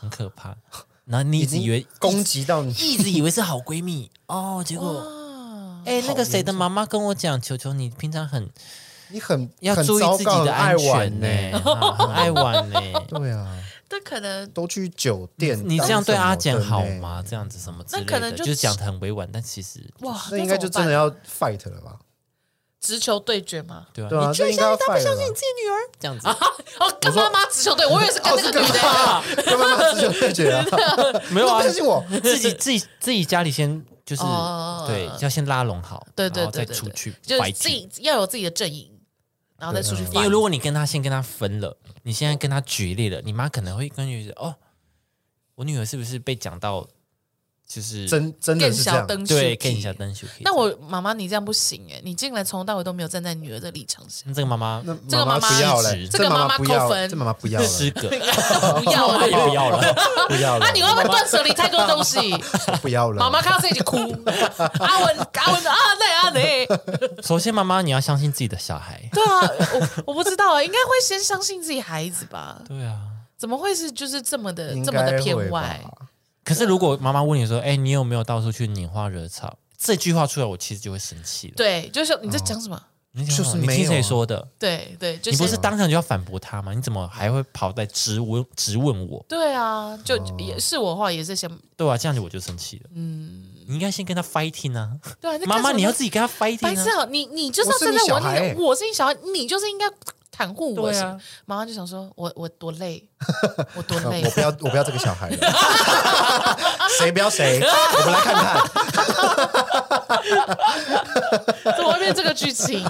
Speaker 1: 很可怕。然后你一
Speaker 3: 已
Speaker 1: 直以为
Speaker 3: 经攻击到你，
Speaker 1: 一直以为是好闺蜜哦，结果
Speaker 2: 啊，
Speaker 1: 哎、那个谁的妈妈跟我讲，球球你平常很
Speaker 3: 你很
Speaker 1: 要
Speaker 3: 很
Speaker 1: 注意
Speaker 3: 糟
Speaker 1: 自己
Speaker 3: 糕，很
Speaker 1: 的
Speaker 3: 爱
Speaker 1: 安
Speaker 3: 玩
Speaker 1: 全呢、啊很爱玩呢、
Speaker 3: 对啊，
Speaker 2: 那可能
Speaker 3: 都去酒店当什么的呢，
Speaker 1: 你这样对阿简好吗？这样子什么之类的，
Speaker 2: 那可能就
Speaker 1: 就是讲的很委婉，但其实
Speaker 2: 哇，
Speaker 3: 那应该就真的
Speaker 2: 要
Speaker 3: 要 fight 了吧？
Speaker 2: 直球对决吗？
Speaker 1: 对啊，
Speaker 3: 对啊，这应该要 fight 了吧。
Speaker 1: 己女儿这 样子，
Speaker 2: 哦，跟妈妈直球对，我以为是跟
Speaker 3: 哦，
Speaker 2: 那
Speaker 3: 是
Speaker 2: 个
Speaker 3: 干
Speaker 2: 女的，
Speaker 3: 嘛？ 干嘛自求对决啊？
Speaker 1: 没有
Speaker 3: 都
Speaker 1: 啊
Speaker 3: 不，相信我，
Speaker 1: 自己自己自己家里先就是
Speaker 2: 哦
Speaker 1: 对，要先拉拢好，
Speaker 2: 对对
Speaker 1: 然后
Speaker 2: 对
Speaker 1: 再
Speaker 2: 对
Speaker 1: 出
Speaker 2: 对，
Speaker 1: 去
Speaker 2: 就是
Speaker 1: 白
Speaker 2: 自
Speaker 1: 起。
Speaker 2: 己要有自己的阵营，然后再出去
Speaker 1: 因为
Speaker 2: 发。
Speaker 1: 如果你跟他先跟他分了，你现在跟他决裂了，你妈可能会跟你说：“哦，我女儿是不是被讲到就是
Speaker 3: 真真的
Speaker 2: 更
Speaker 3: 是这
Speaker 2: 小
Speaker 3: 样。
Speaker 2: 灯
Speaker 1: 对跟一下灯秀？”
Speaker 2: 那我妈妈，你这样不行哎！你进来从头到尾都没有站在女儿的立场上，
Speaker 1: 那这个妈妈
Speaker 3: 那
Speaker 2: 这个妈妈
Speaker 3: 不要
Speaker 1: 失
Speaker 3: 了，
Speaker 1: 职
Speaker 2: 这个妈
Speaker 3: 妈
Speaker 2: 妈
Speaker 3: 不要
Speaker 2: 扣分
Speaker 3: 这妈妈不要了，
Speaker 1: 失 格，
Speaker 2: 不要了，
Speaker 1: 不要了，
Speaker 3: 不要了
Speaker 2: 那，你会不会断舍离太多东西？
Speaker 3: 不要了。
Speaker 2: 妈妈看到这里就哭，阿文阿文啊那啊那，
Speaker 1: 首先，妈妈你要相信自己的小孩。
Speaker 2: 对啊，我我不知道啊，应该会先相信自己孩子吧？
Speaker 1: 对啊，
Speaker 2: 怎么会是就是这么的
Speaker 3: 应
Speaker 2: 这么
Speaker 3: 该
Speaker 2: 的
Speaker 3: 会
Speaker 2: 偏
Speaker 3: 吧
Speaker 2: 外？
Speaker 1: 可是如果妈妈问你说：“哎，你有没有到处去拈花惹草？”这句话出来，我其实就会生气了。
Speaker 2: 对，就是你在讲什么？
Speaker 1: 你想
Speaker 3: 就
Speaker 1: 说
Speaker 3: 是
Speaker 1: 你
Speaker 3: 没
Speaker 1: 听
Speaker 3: 有
Speaker 1: 谁
Speaker 3: 啊
Speaker 1: 说的？
Speaker 2: 对对，就
Speaker 1: 你不
Speaker 2: 是啊
Speaker 1: 是当场就要反驳他吗？你怎么还会跑来质问质问我？
Speaker 2: 对啊，就也是我的话也是想，
Speaker 1: 对啊，这样子我就生气了。嗯，你应该先跟他 fighting 啊，
Speaker 2: 对啊，在
Speaker 1: 妈
Speaker 2: 干
Speaker 1: 妈
Speaker 2: 什么
Speaker 1: 你要
Speaker 2: 东
Speaker 1: 自己跟他
Speaker 2: 白
Speaker 1: fighting
Speaker 2: 痴
Speaker 1: 啊。
Speaker 2: 啊！你你就是
Speaker 3: 我
Speaker 2: 要
Speaker 3: 是
Speaker 2: 站
Speaker 3: 你
Speaker 2: 在
Speaker 3: 小
Speaker 2: 我
Speaker 3: 孩
Speaker 2: 那
Speaker 3: 欸
Speaker 2: 里，我是你小孩，你就是应该袒护
Speaker 1: 对
Speaker 2: 我。
Speaker 1: 啊
Speaker 2: 什么妈妈就想说，我我多累，我多
Speaker 3: 呃
Speaker 2: 累
Speaker 3: 我，不要，我不要这个小孩了， 谁不要谁？我们来看看，
Speaker 2: 怎么会变这个剧情？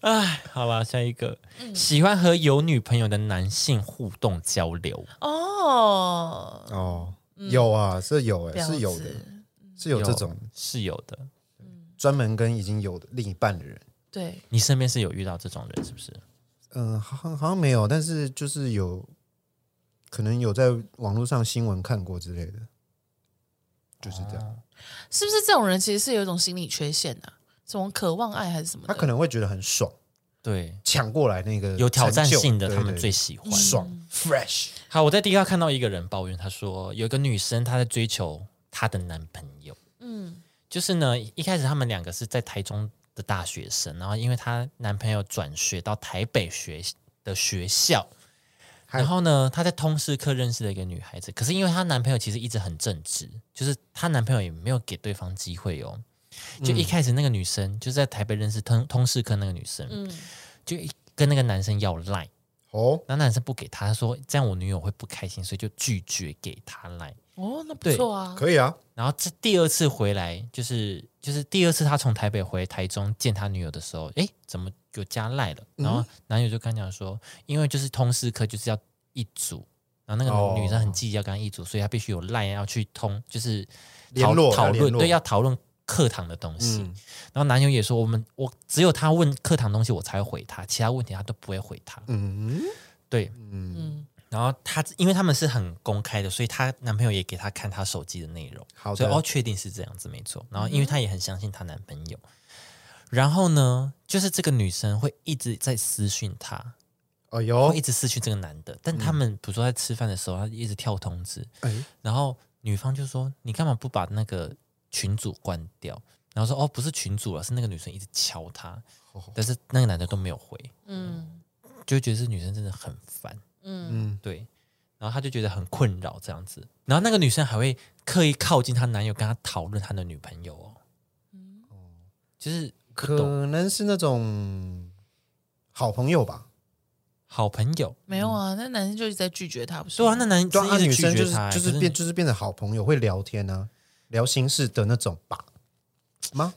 Speaker 1: 哎，好了，下一个，
Speaker 2: 嗯
Speaker 1: 喜欢和有女朋友的男性互动交流，
Speaker 2: 哦，
Speaker 3: 哦，有啊，这有哎、
Speaker 2: 婊
Speaker 3: 是有的
Speaker 2: 子，
Speaker 3: 是有这种
Speaker 1: 是有的。
Speaker 3: 专门跟已经有的另一半的人，
Speaker 2: 对，
Speaker 1: 你身边是有遇到这种人是不是？
Speaker 3: 嗯、好像好像没有，但是就是有，可能有在网络上新闻看过之类的，就是这
Speaker 1: 啊
Speaker 3: 样。
Speaker 2: 是不是这种人其实是有一种心理缺陷啊？这种渴望爱还是什么
Speaker 3: 他
Speaker 2: 的？
Speaker 3: 可能会觉得很爽，
Speaker 1: 对，
Speaker 3: 抢过来那个
Speaker 1: 有挑战
Speaker 3: 呃成就
Speaker 1: 性的
Speaker 3: 对
Speaker 1: 他们
Speaker 3: 对
Speaker 1: 最喜欢。
Speaker 3: 爽、fresh，
Speaker 1: 好，我在第一看到一个人抱怨，他说有一个女生她在追求她的男朋友，
Speaker 2: 嗯，
Speaker 1: 就是呢一开始他们两个是在台中的大学生，然后因为她男朋友转学到台北学的学校。
Speaker 3: 嗨
Speaker 1: 然后呢，她在通识课认识了一个女孩子，可是因为她男朋友其实一直很正直，就是她男朋友也没有给对方机会哦。就一开始那个女生，就是在台北认识通通识课那个女生，
Speaker 2: 嗯
Speaker 1: 就一跟那个男生要赖，
Speaker 3: 哦，
Speaker 1: 然后男生不给他，他说这样我女友会不开心，所以就拒绝给他来。
Speaker 2: 哦，那不
Speaker 1: 对
Speaker 2: 错啊，
Speaker 3: 可以啊，
Speaker 1: 然后这第二次回来，就是就是第二次他从台北回台中见他女友的时候，诶，怎么有加赖了？
Speaker 3: 嗯
Speaker 1: 然后男友就跟他讲说，因为就是通识课就是要一组，然后那
Speaker 3: 哦
Speaker 1: 个女生很计较跟他一组，所以他必须有赖要去通，就是
Speaker 3: 联络
Speaker 1: 讨
Speaker 3: 要
Speaker 1: 讨
Speaker 3: 联
Speaker 1: 论，
Speaker 3: 络
Speaker 1: 对，要讨论课堂的东西。
Speaker 3: 嗯
Speaker 1: 然后男友也说，我们我只有他问课堂东西我才会回他，其他问题他都不会回他。
Speaker 3: 嗯
Speaker 1: 对，
Speaker 3: 嗯，
Speaker 2: 嗯，
Speaker 1: 然后她，因为他们是很公开的，所以她男朋友也给她看她手机的内容，
Speaker 3: 好
Speaker 1: 所以
Speaker 3: 的嗯
Speaker 1: 哦，确定是这样子，没错。然后因为她也很相信她男朋友，然后呢，就是这个女生会一直在私讯他，
Speaker 3: 哦嗯
Speaker 1: 会
Speaker 3: 哟
Speaker 1: 一，直私讯这个男的，但他们比如说在吃饭的时候，他一直跳通知，
Speaker 3: 哎，
Speaker 1: 然后女方就说：“你干嘛不把那个群主关掉？”然后说：“哦，不是群主了，是那个女生一直敲他，但是那个男的都没有回，
Speaker 2: 嗯
Speaker 1: 就会觉得这女生真的很烦。”
Speaker 2: 嗯，
Speaker 3: 嗯，
Speaker 1: 对，然后她就觉得很困扰这样子。然后那个女生还会刻意靠近她男友，跟她讨论她的女朋友哦，
Speaker 2: 嗯
Speaker 1: 就是不懂
Speaker 3: 可能是那种好朋友吧，
Speaker 1: 好朋友。
Speaker 2: 没有啊，那男生就一直在拒绝他，不是
Speaker 1: 对啊，
Speaker 2: 吗
Speaker 1: 那男
Speaker 3: 对啊，
Speaker 1: 生
Speaker 3: 啊
Speaker 1: 一直
Speaker 3: 女
Speaker 1: 拒
Speaker 3: 生就
Speaker 1: 绝
Speaker 3: 是
Speaker 1: 她，欸
Speaker 3: 就是变就是变成好朋友，会聊天啊，聊心事的那种吧？吗？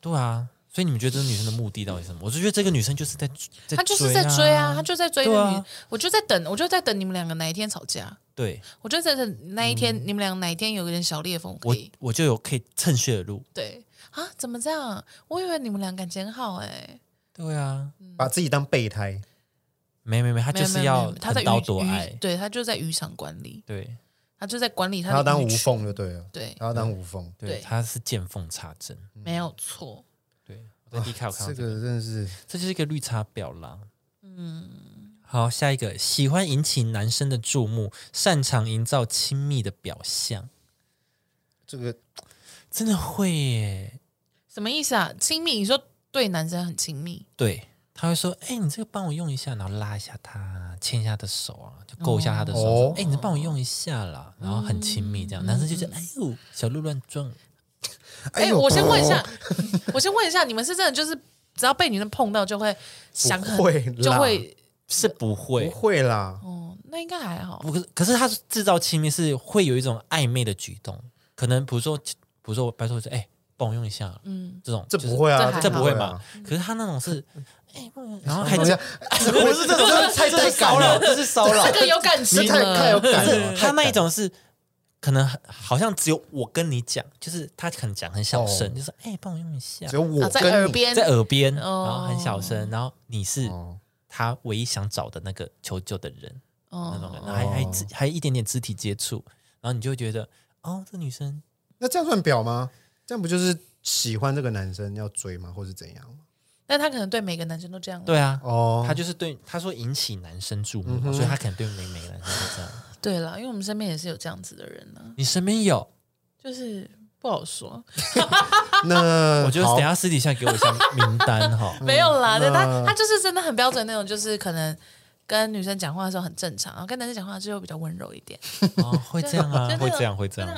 Speaker 1: 对啊。所以你们觉得这个女生的目的到底是什么？我就觉得这个女生就是在在
Speaker 2: 他就是在追啊，他就在追那
Speaker 1: 对
Speaker 2: 女，
Speaker 1: 啊
Speaker 2: 我就在等，我就在等你们两个哪一天吵架，
Speaker 1: 对
Speaker 2: 我就在等那一天、你们俩哪一天有一点小裂缝可
Speaker 1: 我
Speaker 2: 以。
Speaker 1: 我就有可以趁虚而入。
Speaker 2: 对啊，怎么这样？我以为你们俩感情很好哎、
Speaker 1: 对啊，
Speaker 3: 把自己当备胎，
Speaker 1: 没没没，她
Speaker 2: 没
Speaker 1: 就
Speaker 2: 有没
Speaker 1: 是
Speaker 2: 有没
Speaker 1: 要
Speaker 2: 有他
Speaker 1: 横
Speaker 2: 在渔
Speaker 1: 刀夺
Speaker 2: 渔
Speaker 1: 爱。
Speaker 2: 对他就在渔场管理，
Speaker 1: 对
Speaker 2: 他就在管理他
Speaker 3: 他
Speaker 2: 的
Speaker 3: 要当
Speaker 2: 渔
Speaker 3: 无
Speaker 2: 区，
Speaker 3: 缝就嗯对了，
Speaker 2: 对，
Speaker 3: 他要当无缝。
Speaker 1: 对，
Speaker 2: 对
Speaker 1: 她是见缝插针。
Speaker 2: 没有错。
Speaker 1: 对，我在 D 卡有看到
Speaker 3: 这
Speaker 1: 这个
Speaker 3: 个真的是
Speaker 1: 这就是一个绿茶婊啦。嗯，好，下一个喜欢引起男生的注目，擅长营造亲密的表象，
Speaker 3: 这个
Speaker 1: 真的会耶。
Speaker 2: 什么意思啊？亲密？你说对男生很亲密？
Speaker 1: 对，他会说：“哎、你这个帮我用一下，然后拉一下他，牵一下他的手啊，就勾一下他的手，说
Speaker 3: 哦
Speaker 1: 哎、你帮我用一下啦。”然后很亲密，这样、男生就觉得：“哎呦，小鹿乱撞。
Speaker 2: 哎、
Speaker 3: 呦哦
Speaker 2: 我先问一下， 我先问一下，你们是真的就是只要被女生碰到就会想很，
Speaker 3: 不会
Speaker 2: 就
Speaker 3: 啦
Speaker 2: 会”
Speaker 1: 是不会
Speaker 3: 不，会啦，
Speaker 2: 哦，那应该还好。
Speaker 1: 不可是可是他制造亲密是会有一种暧昧的举动，可能比如说比如说我拜托我说：“哎、帮我用一下。”
Speaker 2: 嗯，
Speaker 1: 这种
Speaker 3: 这
Speaker 1: 就是
Speaker 3: 不会
Speaker 2: 这
Speaker 3: 啊，
Speaker 2: 还
Speaker 1: 这
Speaker 2: 好
Speaker 1: 不会
Speaker 3: 啊
Speaker 1: 嘛？？可是他那种 是，哎、然后还
Speaker 3: 还这样，这不是这种，这是太
Speaker 1: 这
Speaker 3: 太
Speaker 1: 是骚
Speaker 3: 高
Speaker 1: 扰，
Speaker 3: 了，
Speaker 1: 这是骚扰
Speaker 2: 这。个有感情
Speaker 3: 你太太有
Speaker 2: 了，
Speaker 1: 可
Speaker 3: 感
Speaker 1: 是
Speaker 3: 了，
Speaker 1: 他那一种是，可能好像只有我跟你讲，就是他可能讲很小声，
Speaker 3: 哦
Speaker 1: 就说：“哎、帮我用一下
Speaker 3: 只。有我
Speaker 2: 啊在
Speaker 3: 跟
Speaker 2: 耳
Speaker 3: 你
Speaker 2: 边，”
Speaker 1: 在耳边，然
Speaker 2: 哦
Speaker 1: 后很小声，然后你是
Speaker 3: 哦
Speaker 1: 他唯一想找的那个求救的人，那种
Speaker 3: 啊
Speaker 1: 感
Speaker 2: 哦，
Speaker 1: 觉，还还肢还一点点肢体接触，然后你就会觉得，哦，这女生
Speaker 3: 那这样算表吗？这样不就是喜欢这个男生要追吗，或是怎样吗？
Speaker 2: 但他可能对每个男生都这样。
Speaker 1: 对啊，
Speaker 3: 哦，嗯
Speaker 1: 她就是对他说引起男生注目嘛，所以她可能对每每个男生都这样。
Speaker 2: 对了，因为我们身边也是有这样子的人呢、
Speaker 1: 你身边有
Speaker 2: 啊就是不好说，
Speaker 3: 那
Speaker 1: 我觉得等一
Speaker 3: 好
Speaker 1: 下私底下给我一下名单
Speaker 2: 。
Speaker 1: 哈
Speaker 2: 没有啦。对他
Speaker 3: 嗯那
Speaker 2: 他就是真的很标准那种，就是可能跟女生讲话的时候很正常，然后跟男生讲话就会比较温柔一点，
Speaker 1: 哦，会这样啊
Speaker 2: 真，的
Speaker 1: 会这样，会这样，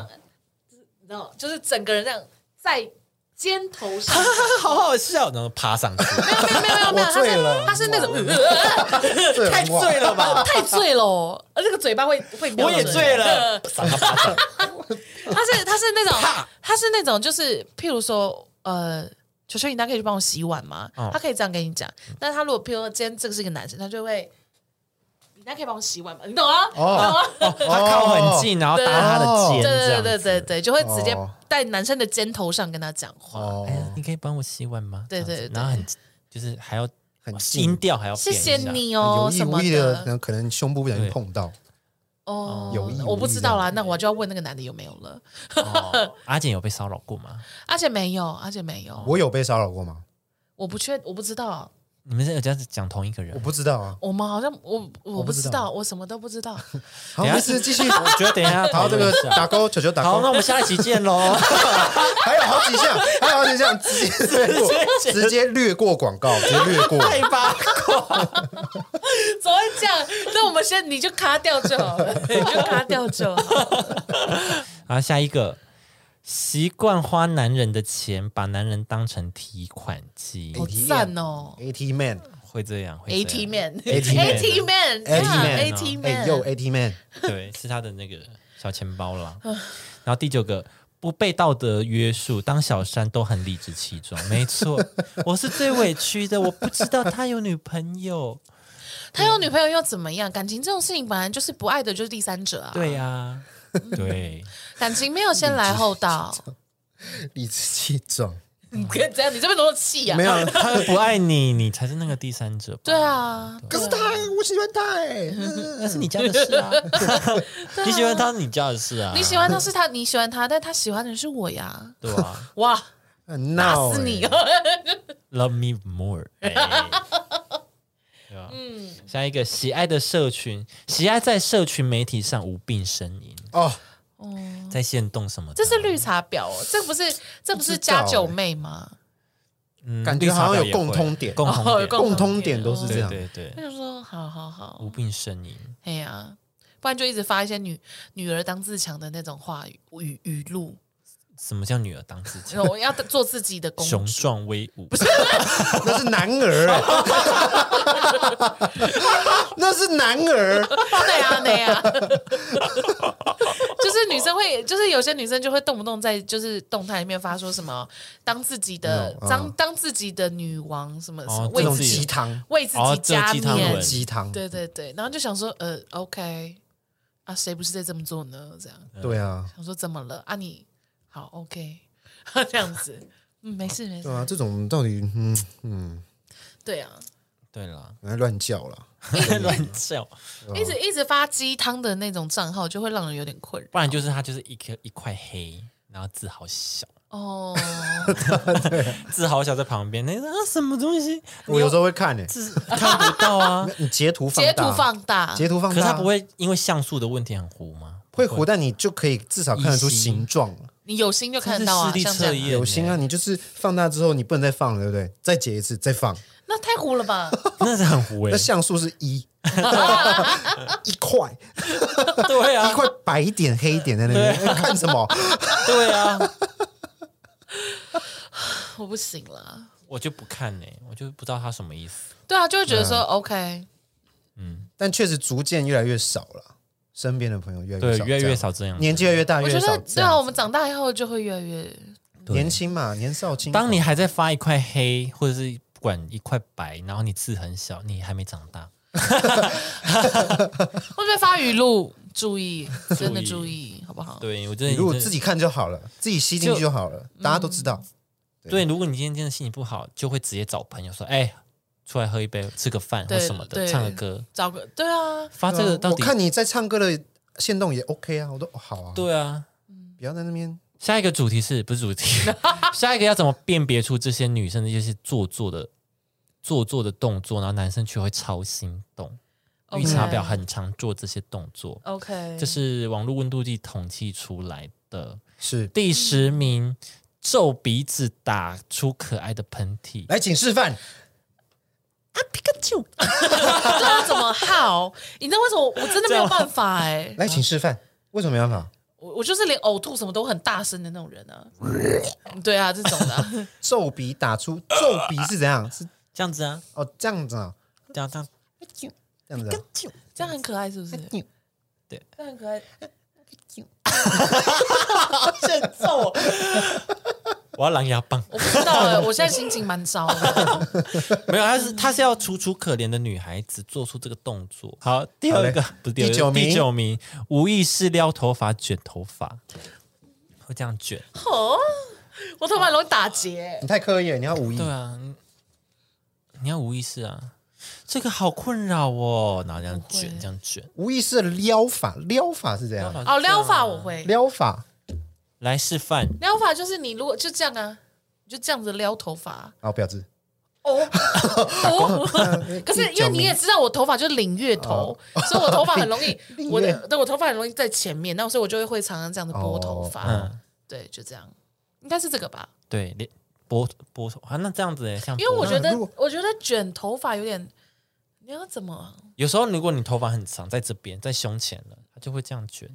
Speaker 2: 你知道吗，就是整个人这样在肩头上，
Speaker 1: 好好笑，然后爬上去，
Speaker 2: 没有没有没有没有，他
Speaker 3: 我醉
Speaker 2: 是
Speaker 3: 了
Speaker 2: 他是那种呃
Speaker 3: 这
Speaker 1: 太醉了吧？
Speaker 2: 太醉了哦，而这个嘴巴会会瞄
Speaker 1: 我也
Speaker 2: 准
Speaker 1: 醉了
Speaker 2: 呃，
Speaker 1: 赏他巴掌，
Speaker 2: 他是他是那种他是那种就是譬如说呃。球球，你大可以去帮我洗碗吗？
Speaker 1: 嗯
Speaker 2: 他可以这样跟你讲，但是他如果譬如说今天这个是一个男生，他就会，你大可以帮我洗碗吗？你懂啊？
Speaker 3: 哦，
Speaker 1: 他靠很近，然后搭他的肩，
Speaker 2: 对
Speaker 1: 这
Speaker 2: 对
Speaker 1: 样
Speaker 2: 对
Speaker 1: 子。
Speaker 2: 对对，就会直接
Speaker 3: 哦
Speaker 2: 在男生的肩头上跟他讲话。
Speaker 3: 哦
Speaker 1: 哎，你可以帮我洗碗吗？
Speaker 2: 对对
Speaker 1: 这样子
Speaker 2: 对
Speaker 1: 然后很就是还要
Speaker 3: 很
Speaker 1: 音
Speaker 3: 近，
Speaker 1: 调还要
Speaker 2: 谢
Speaker 1: 变一下
Speaker 2: 谢，你哦
Speaker 3: 有，意
Speaker 2: 什
Speaker 3: 无
Speaker 2: 么
Speaker 3: 意的，可能可能胸部不小心碰到，
Speaker 2: 哦，
Speaker 3: 有意无意
Speaker 2: 我不知道啦，那我就要问那个男的有没有了。
Speaker 1: 哦阿简有被骚扰过吗？
Speaker 2: 而且没有，而且没有，
Speaker 3: 我有被骚扰过吗？
Speaker 2: 我不确，我不知道，
Speaker 1: 你们是有这样子讲同一个人
Speaker 3: 我？不知道啊，
Speaker 2: 我们好像我我
Speaker 3: 我
Speaker 2: 不
Speaker 3: 不
Speaker 2: 知
Speaker 3: 知道
Speaker 2: 道，我什么都不知道。
Speaker 3: 好，
Speaker 1: 等一下
Speaker 3: 没 事，继续。
Speaker 1: 我觉哎得等一下要
Speaker 3: 好，
Speaker 1: 讨
Speaker 3: 这
Speaker 1: 论
Speaker 3: 个
Speaker 1: 一下。
Speaker 3: 打勾，球球打
Speaker 1: 好，那
Speaker 3: 勾，
Speaker 1: 我们下一集见 喽。
Speaker 3: 还有好几项，还有好几项，直接略过，直接略过广告，直接略过。
Speaker 1: 八卦，
Speaker 2: 怎么会这样？那我们先你就卡掉就好了，你就卡掉就 好。
Speaker 1: 然后下一个，习惯花男人的钱，把男人当成提款机，
Speaker 2: 好
Speaker 3: ATM
Speaker 2: 赞哦
Speaker 3: AT man，
Speaker 1: 会这样，会这样
Speaker 2: ，AT man，AT
Speaker 1: AT
Speaker 2: man，AT
Speaker 1: man
Speaker 3: man
Speaker 2: man，AT
Speaker 3: 哎又
Speaker 2: man，哦
Speaker 3: AT man，
Speaker 1: 对，是他的那个小钱包啦。然后第九个，不被道德约束，当小三都很理直气壮。没错，我是最委屈的，我不知道他有女朋友。
Speaker 2: 他有女朋友又怎么样？感情这种事情本来就是不爱的，就是第三者啊。
Speaker 1: 对呀、对，
Speaker 2: 感情没有先来后到，
Speaker 3: 理直气壮，
Speaker 2: 你可以怎样？你这边多么气呀
Speaker 3: 没？有。啊
Speaker 1: 他不爱你，你才是那个第三者吧。
Speaker 2: 对啊，
Speaker 3: 可是他，我喜欢他哎，
Speaker 1: 那是你家的事啊， 你喜欢他是你家的事啊，
Speaker 2: 你喜欢他是他，你喜欢他，但他喜欢的是我呀！
Speaker 1: 对啊
Speaker 2: 哇，
Speaker 3: 很
Speaker 2: 打
Speaker 3: 闹
Speaker 2: 死你
Speaker 3: 哎！
Speaker 2: 哦！
Speaker 1: ，Love me more，哎对吧？嗯，下一个喜爱的社群，喜爱在社群媒体上无病呻吟，
Speaker 3: 哦，
Speaker 1: 在线动什么的，
Speaker 2: 这是绿茶婊哦，这不是这不是家九妹吗？
Speaker 1: 嗯
Speaker 3: 感觉
Speaker 1: 绿茶
Speaker 3: 好
Speaker 1: 婊
Speaker 3: 像有
Speaker 1: 也
Speaker 3: 共
Speaker 1: 会
Speaker 3: 通点
Speaker 1: 共
Speaker 2: 哦有
Speaker 1: 通点，
Speaker 2: 共
Speaker 3: 共通点都是这
Speaker 1: 对
Speaker 3: 样，
Speaker 1: 对
Speaker 2: 我
Speaker 1: 对，
Speaker 2: 就说好好好
Speaker 1: 无，病呻吟。
Speaker 2: 哎呀，不然就一直发一些女女儿当自强的那种话语语语录，
Speaker 1: 什么叫女儿当自 己？
Speaker 2: 我要做自己的公主
Speaker 1: 雄，壮威武，不是
Speaker 3: 那是男儿哎，那是男儿。
Speaker 2: 对啊对啊， 就是女生会，就是有些女生就会动不动在就是动态里面发说什么当自己的
Speaker 3: 嗯
Speaker 2: 当当自己的女王什么什么
Speaker 1: 哦
Speaker 2: 为
Speaker 3: 这种
Speaker 2: 自己
Speaker 3: 鸡汤，
Speaker 2: 为自
Speaker 1: 哦
Speaker 2: 己
Speaker 1: 这种
Speaker 2: 加
Speaker 1: 鸡汤
Speaker 2: 冕
Speaker 1: 文，
Speaker 3: 鸡汤，
Speaker 2: 对对对，然后就想说，呃，OK，啊，谁不是在这么做呢？这样
Speaker 3: 对啊，
Speaker 2: 想说怎么了啊你？好 OK，这 样子，嗯，没事没事
Speaker 3: 对，啊，这种到底嗯嗯，
Speaker 2: 对啊，
Speaker 1: 对 了，
Speaker 3: 来乱叫了。
Speaker 1: 乱叫，
Speaker 2: 啊一直一直发鸡汤的那种账号，就会让人有点困
Speaker 1: 不然就是他就是一颗一块黑，然后字好小，
Speaker 2: 扰哦。
Speaker 1: 字好小在旁边，那啊什么东西？
Speaker 3: 我有时候会看诶，
Speaker 1: 字 看不到 啊。
Speaker 3: 你截图放
Speaker 2: 截
Speaker 3: 大，
Speaker 2: 图放大，
Speaker 3: 截图放
Speaker 1: 可
Speaker 3: 大，
Speaker 1: 是它不会因为像素的问题很糊吗？
Speaker 3: 啊会糊，但你就可以至少看得出形状。
Speaker 2: 你有心就看得到啊，
Speaker 1: 这是视
Speaker 2: 像
Speaker 1: 力
Speaker 2: 这
Speaker 1: 测
Speaker 2: 样，
Speaker 1: 验，欸
Speaker 3: 有心啊，，你就是放大之后你不能再放了，对不对？再截一次，再放，
Speaker 2: 那太糊了吧？
Speaker 1: 那是很糊哎
Speaker 3: 那。像素是一，一块
Speaker 1: 对
Speaker 3: 一
Speaker 1: 啊，
Speaker 3: 块白点黑点在那边，看什么？
Speaker 1: 对啊，
Speaker 2: 我不行了。
Speaker 1: 我就不看呢，我就不知道它什么意思。
Speaker 2: 对啊，就会觉得说 OK，
Speaker 3: 但确实逐渐越来越少了，身边的朋友越来
Speaker 1: 对
Speaker 3: 越，少，
Speaker 1: 越来越，少这样。
Speaker 3: 年纪越来越大，
Speaker 2: 我
Speaker 3: 越来
Speaker 2: 觉
Speaker 3: 越少
Speaker 2: 得
Speaker 3: 这
Speaker 2: 对啊，
Speaker 3: 样。
Speaker 2: 我们长大以后就会越来越
Speaker 1: 对
Speaker 3: 年轻嘛，年少轻狂。
Speaker 1: 当你还在发一块黑，或者是不管一块白，然后你字很小，你还没长大，
Speaker 2: 会不会发语录？注意，真的注意，好不好？
Speaker 1: 对我觉得
Speaker 3: 你
Speaker 1: 你
Speaker 3: 如果
Speaker 1: 真的
Speaker 3: 自己看就好了，自己吸进去就好了，大家都知
Speaker 2: 嗯
Speaker 3: 道。
Speaker 1: 对，如果你今天真的心情不好，就会直接找朋友说，哎，出来喝一杯，吃个饭或
Speaker 2: 对
Speaker 1: 什么的，
Speaker 2: 对
Speaker 1: 唱个歌，
Speaker 2: 找个对啊，
Speaker 1: 发这个
Speaker 3: 对啊
Speaker 1: 到
Speaker 3: 我
Speaker 1: 底？
Speaker 3: 看你在唱歌的线动也 OK 啊，我都哦好啊，
Speaker 1: 对啊，
Speaker 3: 不要在那边
Speaker 1: 下一个主题是不是主题？下一个要怎么辨别出这些女生的这些做作的做作的动作，然后男生却会超心动？绿
Speaker 2: OK
Speaker 1: 茶婊很常做这些动作，
Speaker 2: OK，
Speaker 1: 这是网络温度计统计出来的。
Speaker 3: 是
Speaker 1: 第十名，皱鼻子打出可爱的喷嚏。
Speaker 4: 来，请示范。
Speaker 2: 这要怎么好？你知道为什么我真的没有办法哎、
Speaker 4: 来，请示范。
Speaker 3: 为什么没办法？
Speaker 2: 我我就是连呕吐什么都很大声的那种人啊。对啊，这种的啊、
Speaker 3: 皱鼻打出皱鼻是怎样？是
Speaker 1: 这样子啊，
Speaker 3: 哦这样子啊，
Speaker 1: 这样这样，
Speaker 3: 这样子、啊。
Speaker 2: 这样很可爱是不是？
Speaker 1: 对，
Speaker 2: 这样很可爱。
Speaker 4: 欠揍！
Speaker 1: 啊 我要狼牙棒。
Speaker 2: 我不知道了，我现在心情蛮糟的。
Speaker 1: 没有，他是他是要楚楚可怜的女孩子做出这个动作。好，第二个
Speaker 3: 好嘞
Speaker 1: 不是第二个
Speaker 3: 第九名
Speaker 1: 第九名无意识撩头发卷头发，会这样卷。
Speaker 2: 哦，我头发容易打结。欸哦
Speaker 3: 你太刻意了，你要无意
Speaker 1: 对啊，你你要无意识啊，这个好困扰哦。然后这样
Speaker 2: 不会
Speaker 1: 卷，这样卷。
Speaker 3: 无意识的撩法，撩法是怎样？
Speaker 1: 啊
Speaker 2: 哦，撩法我会，
Speaker 3: 撩法
Speaker 1: 来示范，
Speaker 2: 撩法就是你如果就这样啊，你就这样子撩头发啊、
Speaker 3: 好，表志，
Speaker 2: 哦哦，可是因为你也知道我头发就是领月头，所以我头发很容 易，我
Speaker 3: 哦月
Speaker 2: 的对我头发很容易在前面，那所以我就会会常常这样子拨头发，
Speaker 3: 哦
Speaker 1: 嗯，
Speaker 2: 对，就这样，应该是这个吧，
Speaker 1: 对，连拨拨头啊，那这样子耶像拨，
Speaker 2: 因为我觉得
Speaker 3: 嗯如果
Speaker 2: 我觉得卷头发有点，你要怎么
Speaker 1: 有时候如果你头发很长，在这边，在胸前了，它就会这样卷。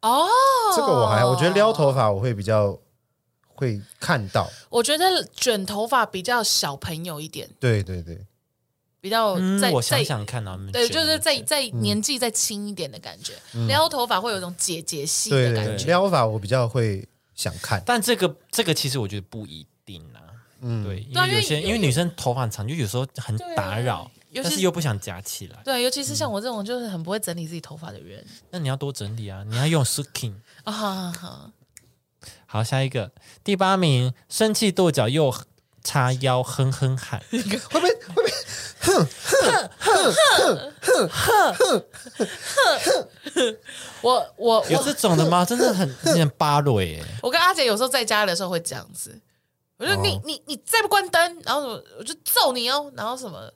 Speaker 2: 哦？
Speaker 3: 这个我还好，我觉得撩头发我会比较会看到。
Speaker 2: 我觉得卷头发比较小朋友一点，
Speaker 3: 对对对，
Speaker 2: 比较
Speaker 1: 嗯
Speaker 2: 哦在，
Speaker 1: 我
Speaker 2: 在
Speaker 1: 想想看啊，他们
Speaker 2: 对，
Speaker 1: 卷
Speaker 2: 就是在
Speaker 1: 卷
Speaker 2: 在
Speaker 3: 嗯
Speaker 2: 年纪再轻一点的感觉，撩头发会有一种姐姐系的
Speaker 3: 对
Speaker 2: 感
Speaker 3: 对，
Speaker 2: 觉。
Speaker 3: 撩法我比较会想看。
Speaker 1: 但这个这个其实我觉得不一定啊。嗯，对，因
Speaker 2: 对啊
Speaker 1: 为有些
Speaker 2: 因为
Speaker 1: 因
Speaker 2: 啊
Speaker 1: 为女生头发很长，就有时候很打扰，
Speaker 2: 尤其
Speaker 1: 但是
Speaker 2: 是
Speaker 1: 又不想夹起来。
Speaker 2: 对，尤其是
Speaker 3: 嗯
Speaker 2: 像我这种就是很不会整理自己头发的人
Speaker 1: 那你要多整理啊，你要用 suking。
Speaker 2: 啊哈哈哈，
Speaker 1: 好，下一个第八名，生气跺脚又叉腰，哼哼喊，
Speaker 3: 会不会会不会
Speaker 2: 我我
Speaker 1: 有
Speaker 2: 我
Speaker 1: 这种的吗？真的很有点巴欸蕊耶。
Speaker 2: 我跟阿姐有时候在家的时候会这样子，我就你你你再不关灯，然后我我就揍你哦，然后什么。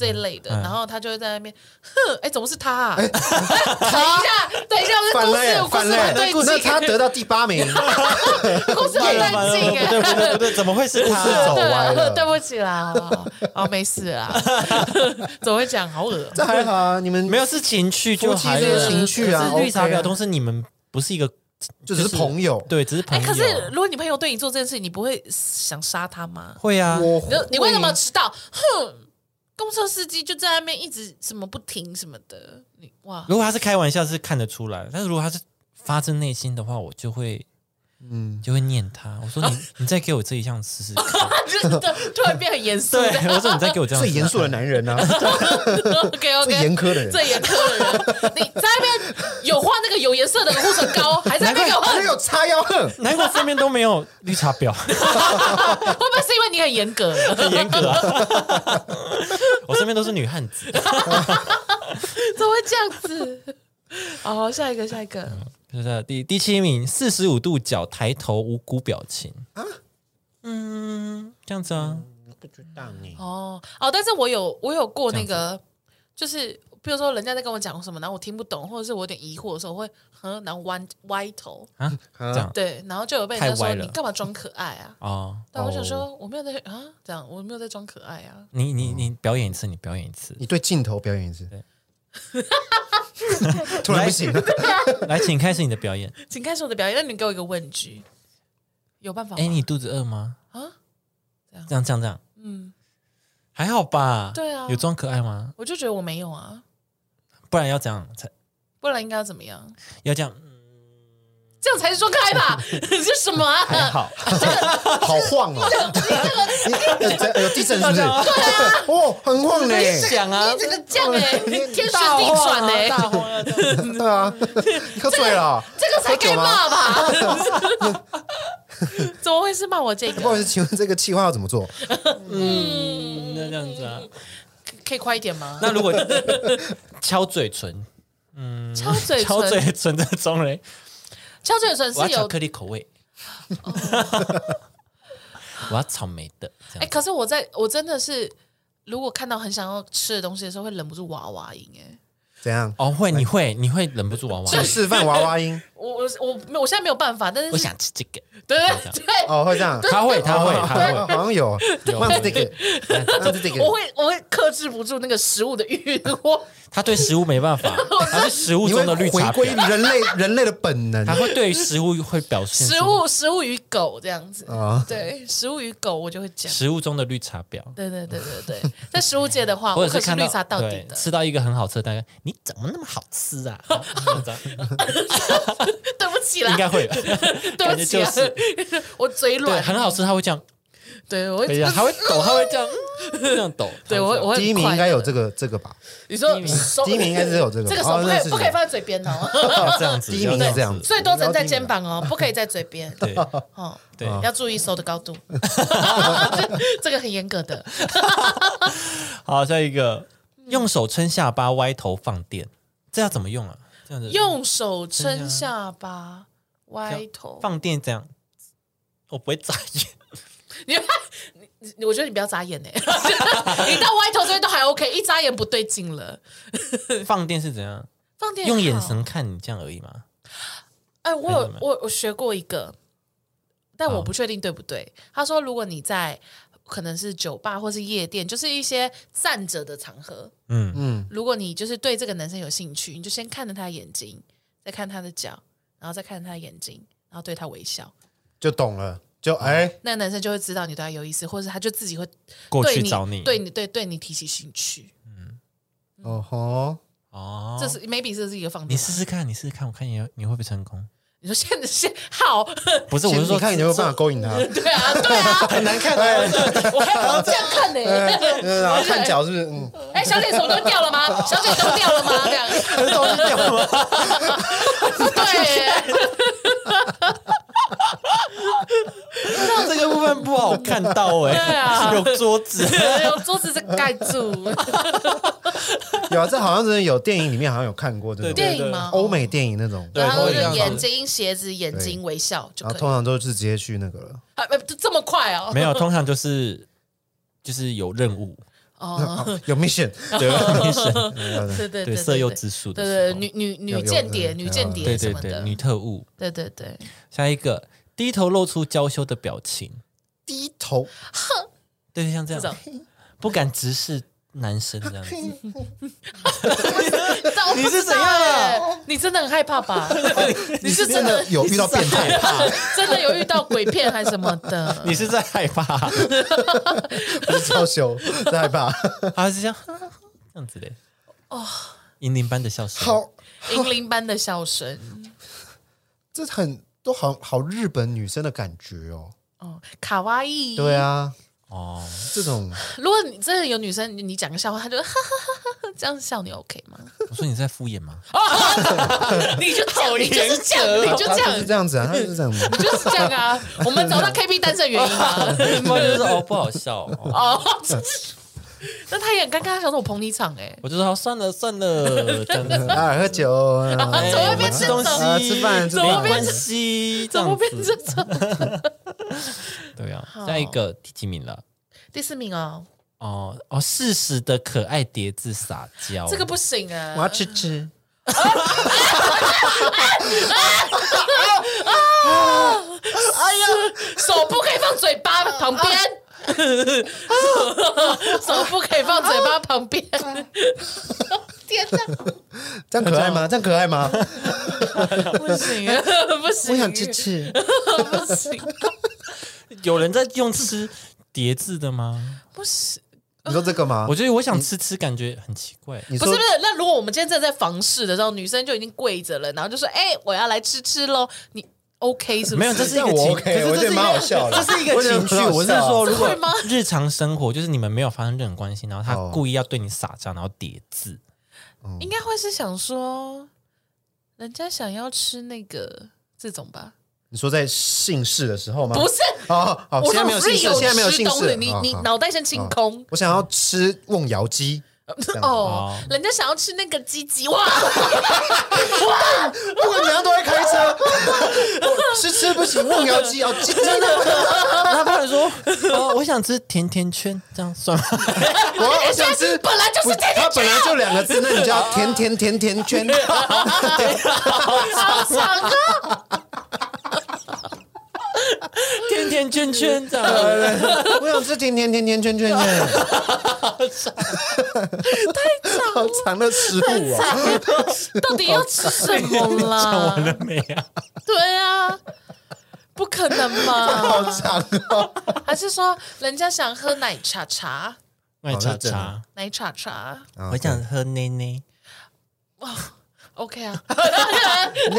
Speaker 2: 这一类的，
Speaker 1: 嗯
Speaker 2: 然后他就会在那边，哼，哎，怎么是他、啊？ 哎等一下，等一下，我
Speaker 3: 反
Speaker 2: 这故
Speaker 3: 嘞
Speaker 2: 事，我故
Speaker 3: 反
Speaker 2: 事很
Speaker 3: 嘞
Speaker 2: 对？劲
Speaker 3: 那，他得到第八 名，
Speaker 2: 故事很 对
Speaker 1: 反了
Speaker 2: 劲，
Speaker 1: 不
Speaker 2: 哎，
Speaker 1: 啊 对不对不对，怎么会是
Speaker 3: 故事
Speaker 1: 他？
Speaker 3: 走歪了
Speaker 2: 对，对不起啦，好不好？哦，没事啦， 怎么会讲？好恶哦，
Speaker 3: 这还好啊。你们
Speaker 1: 没有是情绪就
Speaker 3: 夫妻
Speaker 1: 还
Speaker 3: 这个
Speaker 1: 好
Speaker 3: 情绪啊
Speaker 1: 可是绿茶
Speaker 3: OK 啊
Speaker 1: 婊都是你们不是一个
Speaker 3: 就只是朋友，
Speaker 1: 对，只是朋
Speaker 2: 哎，
Speaker 1: 友。
Speaker 2: 可是如果你朋友对你做这件事情，你不会想杀他吗？
Speaker 1: 会啊，
Speaker 3: 我
Speaker 2: 你就你为什么
Speaker 3: 会
Speaker 2: 迟到？哼，公车司机就在那边一直什么不停什么的，你哇，
Speaker 1: 如果他是开玩笑是看得出来，但是如果他是发自内心的话，我就会
Speaker 3: 嗯
Speaker 1: 就会念他。我说 你你再给我这一项试试看，
Speaker 2: 就是突然变很严肃。
Speaker 1: 对，我说你再给我这样试试
Speaker 3: 最
Speaker 1: 看
Speaker 3: 严肃的男 人啊，
Speaker 2: OK
Speaker 3: 最严
Speaker 2: OK，
Speaker 3: 苛的人，
Speaker 2: 最严苛的人，你在那边有画那个有颜色的护唇 膏，还在那边给我
Speaker 3: 还
Speaker 2: 恨
Speaker 3: 是，有叉腰恨，
Speaker 1: 难怪身边都没有绿茶婊，
Speaker 2: 会不会是因为你很严 格？
Speaker 1: 很严格啊。我身边都是女汉子，
Speaker 2: 怎么会这样子？好，下一个，下一个。
Speaker 1: 就是第第七名，四十五度角抬头无辜表情啊，嗯，这样子啊，
Speaker 3: 不知道你
Speaker 2: 哦哦，但是我有我有过那个，就是比如说人家在跟我讲什么，然后我听不懂，或者是我有点疑惑的时候，我会嗯，然后弯歪头，
Speaker 3: 嗯
Speaker 1: 啊这样
Speaker 2: 对，然后就有被人家
Speaker 1: 太歪
Speaker 2: 说
Speaker 1: 了
Speaker 2: 你干嘛装可爱啊？
Speaker 1: 哦，
Speaker 2: 但我想
Speaker 3: 哦
Speaker 2: 说我没有在啊，这样我没有在装可爱啊。
Speaker 1: 你你你表演一次，你表演一次，
Speaker 3: 你对镜头表演一次，突然不行了，
Speaker 1: 来，请开始你的表演。
Speaker 2: 请开始我的表演，那你给我一个问句，有办法吗？
Speaker 1: 哎，你肚子饿吗？
Speaker 2: 啊，
Speaker 1: 这样这样这样，
Speaker 2: 嗯，
Speaker 1: 还好吧？
Speaker 2: 对啊
Speaker 1: 有装可爱吗？
Speaker 2: 我就觉得我没有啊，
Speaker 1: 不然要这样才
Speaker 2: 不然应该要怎么样？
Speaker 1: 要这样，嗯
Speaker 2: 这样才是装可爱吧？ 这什么啊？
Speaker 1: 还好。
Speaker 3: 好晃哦，有这有地震是不是？哦，很晃嘞，
Speaker 1: 想啊
Speaker 2: 你，这个酱哎、
Speaker 3: 你
Speaker 2: 天旋地转哎、
Speaker 1: 大红啊，
Speaker 3: 对啊，你喝醉了哦，
Speaker 2: 这个才
Speaker 3: 喝酒
Speaker 2: 该
Speaker 3: 吗？
Speaker 2: 骂吧？ 怎么会是骂我这
Speaker 3: 不好意
Speaker 2: 个？
Speaker 3: 思，请问这个计划要怎么做？
Speaker 1: 嗯，那这样子啊。
Speaker 2: 可以快一点吗？
Speaker 1: 那如果 敲嘴唇，
Speaker 2: 敲嘴
Speaker 1: 敲嘴唇
Speaker 2: 唇，
Speaker 1: 这种嘞，
Speaker 2: 敲嘴唇
Speaker 1: 我要
Speaker 2: 是
Speaker 1: 巧
Speaker 2: 有哦
Speaker 1: 克力口味， 我要草莓的，这
Speaker 2: 哎，
Speaker 1: 样
Speaker 2: 可是我在我真的是，如果看到很想要吃的东西的时候，会忍不住娃娃音哎。
Speaker 3: 怎样？
Speaker 1: 哦，会，你会，你会忍不住玩玩
Speaker 3: 请。示范娃娃音，
Speaker 2: 我我我没有我现在没有办法，但是
Speaker 1: 我想吃这个，这
Speaker 2: 对对
Speaker 1: 样
Speaker 2: 对，
Speaker 3: 哦，会这样，
Speaker 1: 他会他会
Speaker 3: 哦
Speaker 1: 他
Speaker 3: 好
Speaker 1: 会，
Speaker 3: 像有
Speaker 1: 有
Speaker 3: one stick，one stick，
Speaker 2: 我会我会克制不住那个食物的欲望，
Speaker 1: 他对食物没办 法，他是食物
Speaker 3: 你
Speaker 1: 中
Speaker 3: 会
Speaker 1: 的绿茶
Speaker 3: 回归
Speaker 1: 婊，
Speaker 3: 人类人类的本能
Speaker 1: 他会对于食物会表现出
Speaker 2: 食物食物与狗这样子，
Speaker 3: 啊，
Speaker 2: 对，食物与狗我就会讲。
Speaker 1: 食物中的绿茶婊。
Speaker 2: 对对对对对，在食物界 的话，
Speaker 1: 或
Speaker 2: 我
Speaker 1: 者
Speaker 2: 可
Speaker 1: 是看到
Speaker 2: 绿茶到底
Speaker 1: 对
Speaker 2: 的，
Speaker 1: 吃到一个很好吃的蛋糕，你怎么那么好吃 啊？嗯
Speaker 2: 对不起啦
Speaker 1: 应，该会吧，
Speaker 2: 对
Speaker 1: 感觉
Speaker 2: 不起
Speaker 1: 就
Speaker 2: 啦
Speaker 1: 是，
Speaker 2: 我嘴
Speaker 1: 对，
Speaker 2: 软，
Speaker 1: 很好吃，啊他会这样，
Speaker 2: 对我
Speaker 1: 会这
Speaker 2: 会
Speaker 1: 样， 他会抖，他会这样，嗯这样抖，
Speaker 2: 对我会我会
Speaker 3: 第一名应该有这个这个吧，
Speaker 2: 你
Speaker 1: 第
Speaker 2: 说
Speaker 1: 一名
Speaker 2: 手
Speaker 3: 第一名应该是有这个吧，
Speaker 2: 这个手不可
Speaker 3: 哦
Speaker 2: 以不可以放在嘴边哦，
Speaker 1: 要这 样子，
Speaker 3: 第一名
Speaker 1: 要
Speaker 3: 是这样
Speaker 1: 子，
Speaker 3: 子，
Speaker 2: 最多只能在肩膀哦，不可以在嘴边
Speaker 1: 对
Speaker 2: 哦，
Speaker 1: 对。
Speaker 2: 要注意手 的高度， 这个很严格的。
Speaker 1: 好，下一个，
Speaker 2: 嗯
Speaker 1: 用手撑下巴，歪头放电，这要怎么用啊？这样子
Speaker 2: 用手撑下巴，歪头。
Speaker 1: 啊放电这样，我不会眨眼，
Speaker 2: 你你你，我觉得你不要眨眼呢、欸 你到歪头这边都还 OK，一眨眼不对劲了。
Speaker 1: 放电是怎样？
Speaker 2: 放电
Speaker 1: 用眼
Speaker 2: 好
Speaker 1: 神看你这样而已吗？
Speaker 2: 哎，我
Speaker 1: 看见
Speaker 2: 有
Speaker 1: 没
Speaker 2: 我我学过一个，但我
Speaker 1: 好
Speaker 2: 不确定对不对。他说，如果你在可能是酒吧或是夜店，就是一些站着的场合，
Speaker 1: 嗯，
Speaker 3: 嗯，
Speaker 2: 如果你就是对这个男生有兴趣，你就先看着他的眼睛，再看他的脚，然后再看他的眼睛，然后对他微笑，
Speaker 3: 就懂了，就哎，
Speaker 2: 那个男生就会知道你对他有意思，或者他就自己会
Speaker 1: 过
Speaker 2: 对
Speaker 1: 去
Speaker 2: 你
Speaker 1: 找你，
Speaker 2: 对你对对你提起兴趣。嗯
Speaker 3: 哦吼，
Speaker 1: 哦，
Speaker 2: 这是 maybe 这是一个放
Speaker 1: 你
Speaker 2: 电吧。
Speaker 1: 试试看，你试试看，我看你你会不会成功？
Speaker 2: 你说现在现好，
Speaker 1: 不是，我
Speaker 3: 先
Speaker 1: 是说
Speaker 3: 你看你有没有办法 勾引他，呃
Speaker 2: 对啊对啊，
Speaker 1: 很难看的，
Speaker 2: 我还要这样看呢、
Speaker 3: 嗯然后看脚是不是？嗯，
Speaker 2: 哎，小姐手都掉了吗？小姐都掉了吗？这样，
Speaker 3: 都是掉了吗？
Speaker 2: 对，
Speaker 1: 这个部分不好看到哎、
Speaker 2: 对啊
Speaker 1: 有桌子，
Speaker 2: 用桌子是盖住。
Speaker 3: 有啊，这好像真的有电影里面好像有看过这种
Speaker 1: 对
Speaker 2: 电影啊吗？
Speaker 3: 欧美电影那种，
Speaker 1: 对
Speaker 2: 然后
Speaker 1: 都
Speaker 2: 就是
Speaker 1: 这样
Speaker 2: 是
Speaker 1: 子
Speaker 2: 眼睛、鞋子、眼睛微笑就
Speaker 3: 然后
Speaker 2: 可以。
Speaker 3: 通常都是直接去那个了，
Speaker 2: 啊，呃这么快哦？
Speaker 1: 没有，通常就是就是有任务，
Speaker 2: 哦，
Speaker 3: 有 mission，
Speaker 1: 对吧？
Speaker 2: 对对
Speaker 1: 对
Speaker 2: 对，
Speaker 1: 色诱
Speaker 2: 诱
Speaker 1: 之术的
Speaker 2: 对
Speaker 1: 时
Speaker 2: 对
Speaker 1: 候，
Speaker 2: 女女
Speaker 3: 有
Speaker 2: 女
Speaker 3: 有
Speaker 2: 间谍、
Speaker 3: 嗯
Speaker 2: 女间谍
Speaker 1: 对
Speaker 2: 什
Speaker 1: 对
Speaker 2: 么
Speaker 1: 对，
Speaker 2: 的，
Speaker 1: 女特务。
Speaker 2: 对对对，
Speaker 1: 下一个，低头露出娇羞的表情，
Speaker 3: 低头，
Speaker 1: 对，像这
Speaker 2: 这种
Speaker 1: 样，不敢直视男生 这样子。
Speaker 2: 这我不
Speaker 1: 你是
Speaker 2: 知道
Speaker 1: 怎样啊
Speaker 2: 欸？你真的很害怕吧？哦你是真的
Speaker 3: 有遇到变态 吧？
Speaker 2: 真的有遇到鬼片还是什么 的？
Speaker 1: 你是在害怕，
Speaker 3: 不是娇羞，是害怕，
Speaker 1: 还是这样这样子的？哦，银铃般的笑声，
Speaker 3: 好，
Speaker 2: 银铃般的笑声，
Speaker 3: 这很都好好日本女生的感觉哦。
Speaker 2: 哦，卡哇伊。
Speaker 3: 对啊，
Speaker 1: 哦，
Speaker 3: 这种
Speaker 2: 如果你真的有女生，你你讲个笑话，她就哈哈哈哈这样笑，你 OK 吗？
Speaker 1: 我说你在敷衍吗？
Speaker 2: 啊你就这样，你就是这样，你就
Speaker 3: 她
Speaker 2: 这样
Speaker 3: 就是，这样子啊，她就是这样子。
Speaker 2: 就是这样啊。我们找到 KB 单身的原因啊。
Speaker 1: 我就说哦，不好笑哦。
Speaker 2: 哦，那他也很尴尬，他想说我捧你场哎，
Speaker 1: 我就说好，算了算了，这样子。
Speaker 3: 啊，喝酒啊，
Speaker 1: 哎
Speaker 2: 怎么会变
Speaker 1: 我吃东
Speaker 2: 成
Speaker 3: 这样
Speaker 1: 西，
Speaker 3: 啊吃饭吃
Speaker 1: 没
Speaker 3: 饭
Speaker 1: 关系，这
Speaker 2: 怎么
Speaker 1: 样
Speaker 2: 变
Speaker 1: 子。
Speaker 2: 成这样？
Speaker 1: 对啊，下一个第几名了？
Speaker 2: 第四名哦，
Speaker 1: 哦哦，适时的可爱叠字撒娇，
Speaker 2: 这个不行啊
Speaker 3: 我。要吃吃。
Speaker 2: 哎呀，手不可以放嘴巴旁边，手不可以放嘴巴旁边。天哪，
Speaker 3: 这样可爱吗？这样可爱吗？
Speaker 2: 不行啊，不行，
Speaker 3: 我想吃，吃，
Speaker 2: 不行，
Speaker 1: 有人在用吃叠字的吗？
Speaker 2: 不行。
Speaker 3: 你说这个吗
Speaker 1: 我？觉得我想吃吃，感觉很奇怪。
Speaker 3: 啊你
Speaker 2: 不
Speaker 3: 说
Speaker 2: 是不是，那如果我们今天正在房事的时候，女生就已经跪着了，然后就说：“哎、我要来吃吃喽。”你 OK 是不是？
Speaker 1: 没有，这是一
Speaker 3: 但
Speaker 1: 个
Speaker 3: 我
Speaker 1: 情，可
Speaker 3: OK，
Speaker 1: 是
Speaker 3: 我
Speaker 1: 这是
Speaker 3: 觉得
Speaker 1: 一个
Speaker 3: 蛮好笑的
Speaker 1: 这是一个
Speaker 3: 我觉得
Speaker 1: 情绪
Speaker 3: 蛮。好
Speaker 1: 我是
Speaker 3: 笑的
Speaker 1: 说，如果
Speaker 2: 会吗
Speaker 1: 日常生活就是你们没有发生任何关系，然后他
Speaker 3: 哦
Speaker 1: 故意要对你撒娇，然后叠字，
Speaker 2: 应该会是想说，人家想要吃那个这种吧？
Speaker 3: 你说在姓氏的时候吗？
Speaker 2: 不是，
Speaker 3: 哦，好，
Speaker 2: 我说
Speaker 3: 现在没有姓
Speaker 2: free
Speaker 3: 氏，现在没有
Speaker 2: 吃
Speaker 3: 姓
Speaker 2: 东西
Speaker 3: 氏。
Speaker 2: 你
Speaker 3: 哦
Speaker 2: 你
Speaker 3: 好
Speaker 2: 脑袋先清空
Speaker 3: 我想要吃瓮窑鸡，
Speaker 2: 哦
Speaker 1: 哦。
Speaker 2: 人家想要吃那个鸡鸡
Speaker 3: 哦
Speaker 2: 哇，
Speaker 3: 不管怎样都会开车，我吃吃不行，梦瑶鸡要鸡，真的，哦
Speaker 1: 那不然说，呃，我想吃甜甜圈，这样算吗？
Speaker 3: 我我想吃，
Speaker 2: 本来就是甜甜
Speaker 3: 它本来就两个字，那 你叫甜甜甜甜圈，
Speaker 2: 好爽啊！
Speaker 1: 甜 甜圈圈这 样，
Speaker 3: 我想吃甜甜甜甜圈圈耶，好长的食物啊，
Speaker 2: 到底要吃什么
Speaker 3: 哎
Speaker 1: 讲完
Speaker 2: 啦？
Speaker 1: 了 没啊？
Speaker 2: 对啊，不可能
Speaker 3: 好
Speaker 2: 吧？
Speaker 3: 长哦，
Speaker 2: 还是说人家想喝奶茶茶？
Speaker 1: 卖
Speaker 3: 好
Speaker 1: 茶
Speaker 3: 哦那真的哦
Speaker 1: 茶，
Speaker 2: 奶茶茶
Speaker 1: 我想喝奶奶。
Speaker 2: ，OK 啊？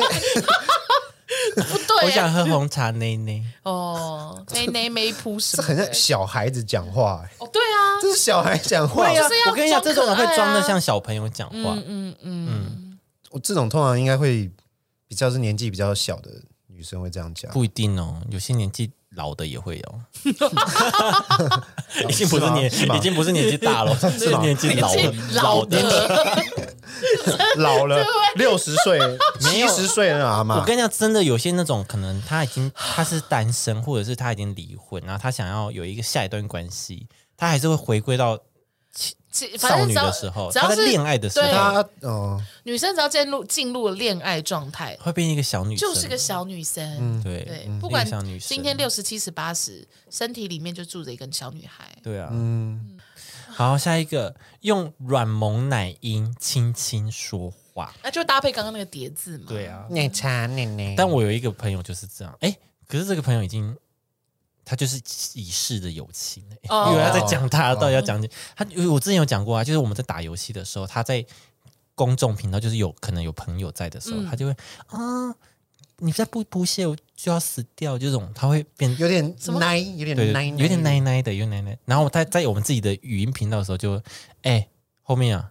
Speaker 2: 不
Speaker 1: 我
Speaker 2: 对
Speaker 1: 想
Speaker 2: 啊，
Speaker 1: 喝红茶奶 奶，
Speaker 2: 哦，奶奶没铺什
Speaker 3: 这
Speaker 2: 么
Speaker 3: 很
Speaker 2: 的
Speaker 3: 像，小孩子讲话耶，
Speaker 2: 哦，对啊，
Speaker 3: 这是小孩讲话，
Speaker 1: 对呀啊
Speaker 2: 就是要
Speaker 1: 我跟你讲，这
Speaker 2: 装
Speaker 1: 种人会
Speaker 2: 可爱啊
Speaker 1: 装的像小朋友讲话，
Speaker 2: 嗯嗯嗯，
Speaker 3: 我这种通常应该会比较是年纪比较小的女生会这样讲，
Speaker 1: 不一定哦，有些年纪老的也会 哦，已经不是年，
Speaker 3: 是吗
Speaker 1: 已经不是年纪大了， 是
Speaker 3: 吗
Speaker 1: 年纪老
Speaker 2: 这
Speaker 1: 了，
Speaker 2: 老
Speaker 1: 的。
Speaker 2: 的，
Speaker 3: 老 了六十岁、七十岁的阿
Speaker 1: 我
Speaker 3: 妈，
Speaker 1: 跟你讲，真的有些那种可能他已经他是单身，或者是他已经离婚，然后他想要有一个下一段关系，他还是会回归到
Speaker 2: 其反
Speaker 1: 少
Speaker 2: 正
Speaker 1: 女
Speaker 2: 只要
Speaker 1: 的时候，
Speaker 2: 只要
Speaker 1: 他在
Speaker 2: 是
Speaker 1: 恋爱的时
Speaker 2: 对
Speaker 1: 候
Speaker 3: 她哦，
Speaker 2: 女生只要进入进入了恋爱状态，
Speaker 1: 会变一个小女生，
Speaker 2: 就是个小女生。
Speaker 1: 对
Speaker 2: 对，
Speaker 1: 嗯
Speaker 2: 不
Speaker 1: 一
Speaker 2: 管
Speaker 1: 个小女生
Speaker 2: 今天六十七十八十，身体里面就住着一个小女孩。
Speaker 1: 对啊。
Speaker 3: 嗯，
Speaker 1: 好，下一个用软萌奶音轻轻说话。
Speaker 2: 那、就搭配刚刚那个叠字嘛。
Speaker 1: 对啊，
Speaker 3: 奶茶奶奶，
Speaker 1: 但我有一个朋友就是这样，哎，可是这个朋友已经。他就是已逝的友情、欸，
Speaker 2: 哦
Speaker 1: 因为他在讲他到底要讲、他，因为我之前有讲过啊，就是我们在打游戏的时候，他在公众频道，就是有可能有朋友在的时候，
Speaker 2: 嗯
Speaker 1: 他就会啊，你再不不屑我就要死掉，就这种他会变
Speaker 3: 有点
Speaker 2: 什么
Speaker 3: 奶，有点
Speaker 1: 对，
Speaker 3: 奶，
Speaker 1: 有点奶奶的，有点奶奶。然后他在我们自己的语音频道的时候就，哎，后面啊，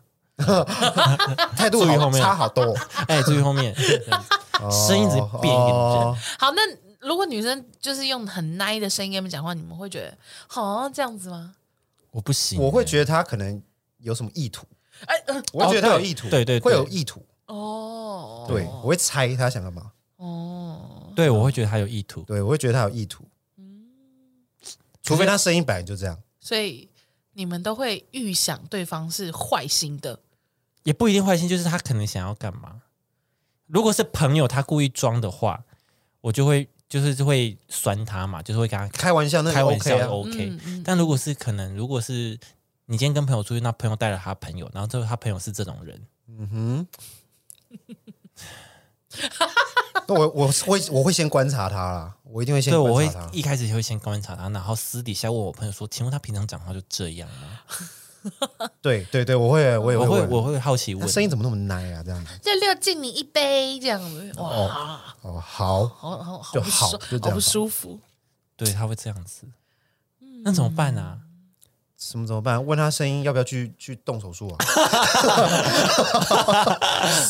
Speaker 3: 态度
Speaker 1: 注意后
Speaker 3: 好
Speaker 1: 面
Speaker 3: 差好多，
Speaker 1: 哎，注意后面， 声音只变一点
Speaker 3: 哦
Speaker 2: 好，那如果女生就是用很奶的声音跟你们讲话，你们会觉得好、这样子吗？
Speaker 1: 我不行欸、
Speaker 3: 我会觉得他可能有什么意图，
Speaker 2: 哎、呃
Speaker 3: 我会觉得他有意
Speaker 1: 哦
Speaker 3: 图，
Speaker 1: 对对对
Speaker 3: 会有意图，
Speaker 2: 哦，
Speaker 3: 对我会猜他想干嘛，
Speaker 2: 哦，
Speaker 1: 对我会觉得他有意图，
Speaker 3: 对我会觉得他有意图，
Speaker 2: 嗯
Speaker 3: 除非他声音本来就这样，
Speaker 2: 所以你们都会预想对方是坏心的。
Speaker 1: 也不一定坏心，就是他可能想要干嘛。如果是朋友，他故意装的话，我就会就是会酸他嘛，就是会跟他
Speaker 3: 开玩笑那
Speaker 1: 开
Speaker 3: 个
Speaker 1: 玩
Speaker 3: OK
Speaker 1: 笑哦
Speaker 3: 啊，
Speaker 1: OK。
Speaker 2: 嗯嗯
Speaker 1: 但如果是可能，如果是你今天跟朋友出去，那朋友带了他朋友，然后最后他朋友是这种人，
Speaker 3: 嗯哼， 那我我会我会先观察他啦，我一定会先
Speaker 1: 对，我
Speaker 3: 观
Speaker 1: 会
Speaker 3: 察他。
Speaker 1: 一开始就会先观察他，然后私底下问我朋友说：“请问他平常讲话就这样吗
Speaker 3: 对对对，我会我？”也
Speaker 1: 我会
Speaker 3: 会
Speaker 1: 我会好奇
Speaker 3: 他
Speaker 1: 问，
Speaker 3: 声音怎么那么奶啊？这样子
Speaker 2: 就六敬你一杯这样子，哇，
Speaker 3: 哦，好，
Speaker 2: 好好好
Speaker 3: 就
Speaker 2: 不
Speaker 3: 好
Speaker 2: 舒
Speaker 3: 就这样
Speaker 2: 好不
Speaker 3: 吧
Speaker 2: 舒服。
Speaker 1: 对他会这样子，那怎么办啊？
Speaker 3: 什么怎么办？问他声音要不要去去动 手术啊？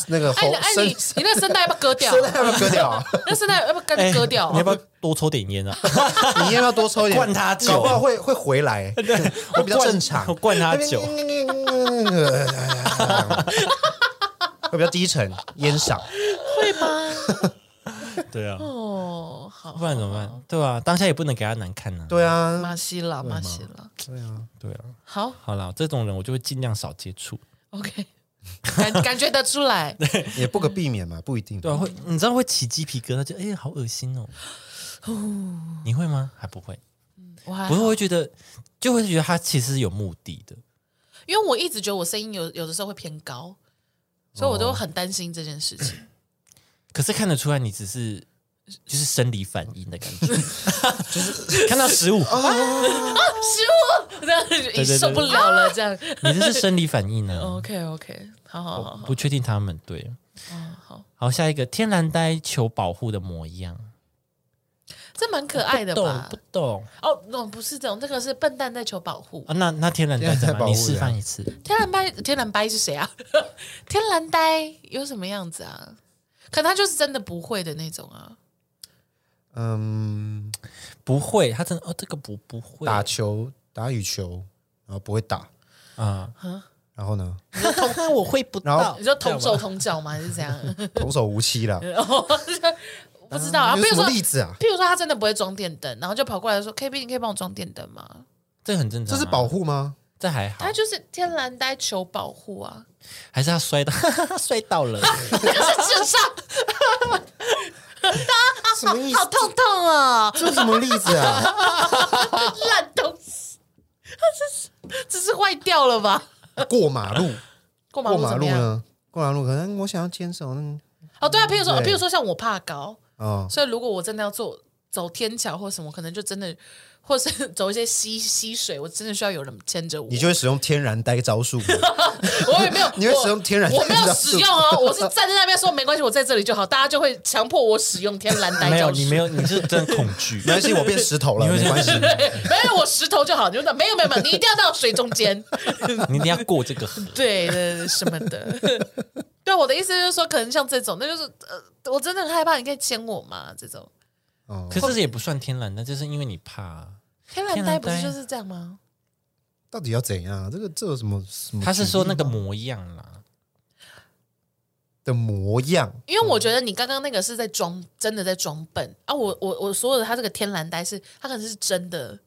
Speaker 3: 那个
Speaker 2: 哎，
Speaker 3: 喉
Speaker 2: 你哎，你
Speaker 3: 声
Speaker 2: 你那个声带要不要割掉？
Speaker 3: 声带要不要 割掉啊？
Speaker 2: 那声带要不要干脆
Speaker 1: 哎
Speaker 2: 嗯割掉？
Speaker 1: 你要不要多抽点 烟啊？
Speaker 3: 你要不要多抽一点？
Speaker 1: 灌他酒
Speaker 3: 搞不好会会回来。对，我比较正常
Speaker 1: 我。灌他酒，
Speaker 3: 会比较低沉，烟少。
Speaker 1: 对啊，
Speaker 2: 哦，好，
Speaker 1: 不然怎么办？对啊，当下也不能给他难看啊。
Speaker 3: 对啊，
Speaker 2: 马西了，马西了，
Speaker 3: 对啊，
Speaker 1: 对啊，
Speaker 2: 好
Speaker 1: 好啦，这种人我就会尽量少接触。
Speaker 2: ，OK，感 感觉得出 来，
Speaker 3: 也不可避免嘛，不一定。
Speaker 1: 对啊，会
Speaker 2: 嗯
Speaker 1: 你知道会起鸡皮疙瘩，就哎、好恶心哦。你会吗？还不会，
Speaker 2: 我还
Speaker 1: 不是
Speaker 2: 好
Speaker 1: 我会觉得，就会觉得他其实是有目的的。
Speaker 2: 因为我一直觉得我声音有有的时候会偏高，所以我
Speaker 1: 哦
Speaker 2: 都很担心这件事 情。
Speaker 1: 可是看得出来，你只是就是生理反应的感 觉，就是看到食物，
Speaker 2: 哦失误，这样
Speaker 1: 对对啊
Speaker 2: 受不了了，这样。
Speaker 1: 你这是生理反应啊呢、
Speaker 2: OK OK，好好好
Speaker 1: 我
Speaker 2: 好
Speaker 1: 不确定他们对。
Speaker 2: 哦好，
Speaker 1: 好，下一个天然呆求保护的模样，
Speaker 2: 这蛮可爱的
Speaker 1: 懂
Speaker 2: 吧
Speaker 1: 不？懂
Speaker 2: 哦，那不是这种，这个是笨蛋在求保护。
Speaker 1: 啊？那那天然呆
Speaker 3: 天然呆
Speaker 1: 怎么
Speaker 3: 保
Speaker 1: 样？
Speaker 3: 护
Speaker 1: 你
Speaker 3: 的
Speaker 1: 示范一次。
Speaker 2: 天然呆，天然呆是谁啊？ 天然呆有什么样子啊？可他就是真的不会的那种啊。
Speaker 3: 嗯，
Speaker 1: 不会，他真的哦，这个不不会
Speaker 3: 打球打羽球，然后不会打，
Speaker 1: 啊。
Speaker 3: 然后呢，
Speaker 1: 那我会不
Speaker 3: 然后
Speaker 1: 到
Speaker 2: 你，说同手同脚吗？还是怎样？
Speaker 3: 童叟无欺啦。
Speaker 2: 不知道啊。
Speaker 3: 有
Speaker 2: 比如
Speaker 3: 什
Speaker 2: 说
Speaker 3: 么，例子啊？
Speaker 2: 譬如说他真的不会装电灯，然后就跑过来说：“K B，你可以帮我装电灯吗
Speaker 1: 这很正常、啊
Speaker 3: 这是保，护吗？
Speaker 1: 这还？”好
Speaker 2: 他，就是天然呆求保护 啊，
Speaker 1: 还是他摔到 摔到 了，
Speaker 2: 这是智商，
Speaker 3: 什么意思
Speaker 2: 好？痛痛哦，
Speaker 3: 这是什么例子啊？
Speaker 2: 烂东西， 他这是这是坏掉了吧？
Speaker 3: 过马路，
Speaker 2: 过马
Speaker 3: 过
Speaker 2: 路
Speaker 3: 马
Speaker 2: 怎么
Speaker 3: 路
Speaker 2: 样？
Speaker 3: 呢？过马路可能我想要坚守，嗯，
Speaker 2: 哦，对啊，譬如说，
Speaker 3: 对
Speaker 2: 譬如说像我怕高，
Speaker 3: 哦，
Speaker 2: 所以如果我真的要做走天桥或什么，可能就真的，或是 走一些溪溪水，我真的需要有人牵着我。
Speaker 3: 你就会使用天然呆招数，
Speaker 2: 我也没有，
Speaker 3: 你会
Speaker 2: 我
Speaker 3: 使用天然
Speaker 2: 我没
Speaker 3: 呆
Speaker 2: 有
Speaker 3: 招
Speaker 2: 使
Speaker 3: 数
Speaker 2: 用 哦，我是站在那边说没关系，我在这里就好，大家就会强迫我使用天蓝呆
Speaker 1: 没有
Speaker 2: 招数
Speaker 1: 你没有，你是真的恐 惧，
Speaker 3: 没关系，我变石头了，
Speaker 1: 你会
Speaker 3: 没关系。
Speaker 2: 没有我石头就好，你就说没有没有没有，你一定要到水中间，
Speaker 1: 你一定要过这个河。
Speaker 2: 对对什么的。 对，我的意思就是说，可能像这种，那就是呃，我真的很害怕，你可以牵我吗？这种
Speaker 3: 哦，
Speaker 1: 可是这也不算天然的，就是因为你怕啊。
Speaker 2: 天蓝
Speaker 1: 天
Speaker 2: 呆
Speaker 1: 然
Speaker 2: 不是
Speaker 1: 呆
Speaker 2: 就是这样吗？
Speaker 3: 到底要怎样啊？这个这有什么什么？
Speaker 1: 他是说那个模样啦，
Speaker 3: 的模样，
Speaker 2: 因为我觉得你刚刚那个是在装，真的在装笨啊！我我我所有的他这个天蓝呆是，他可能是真的，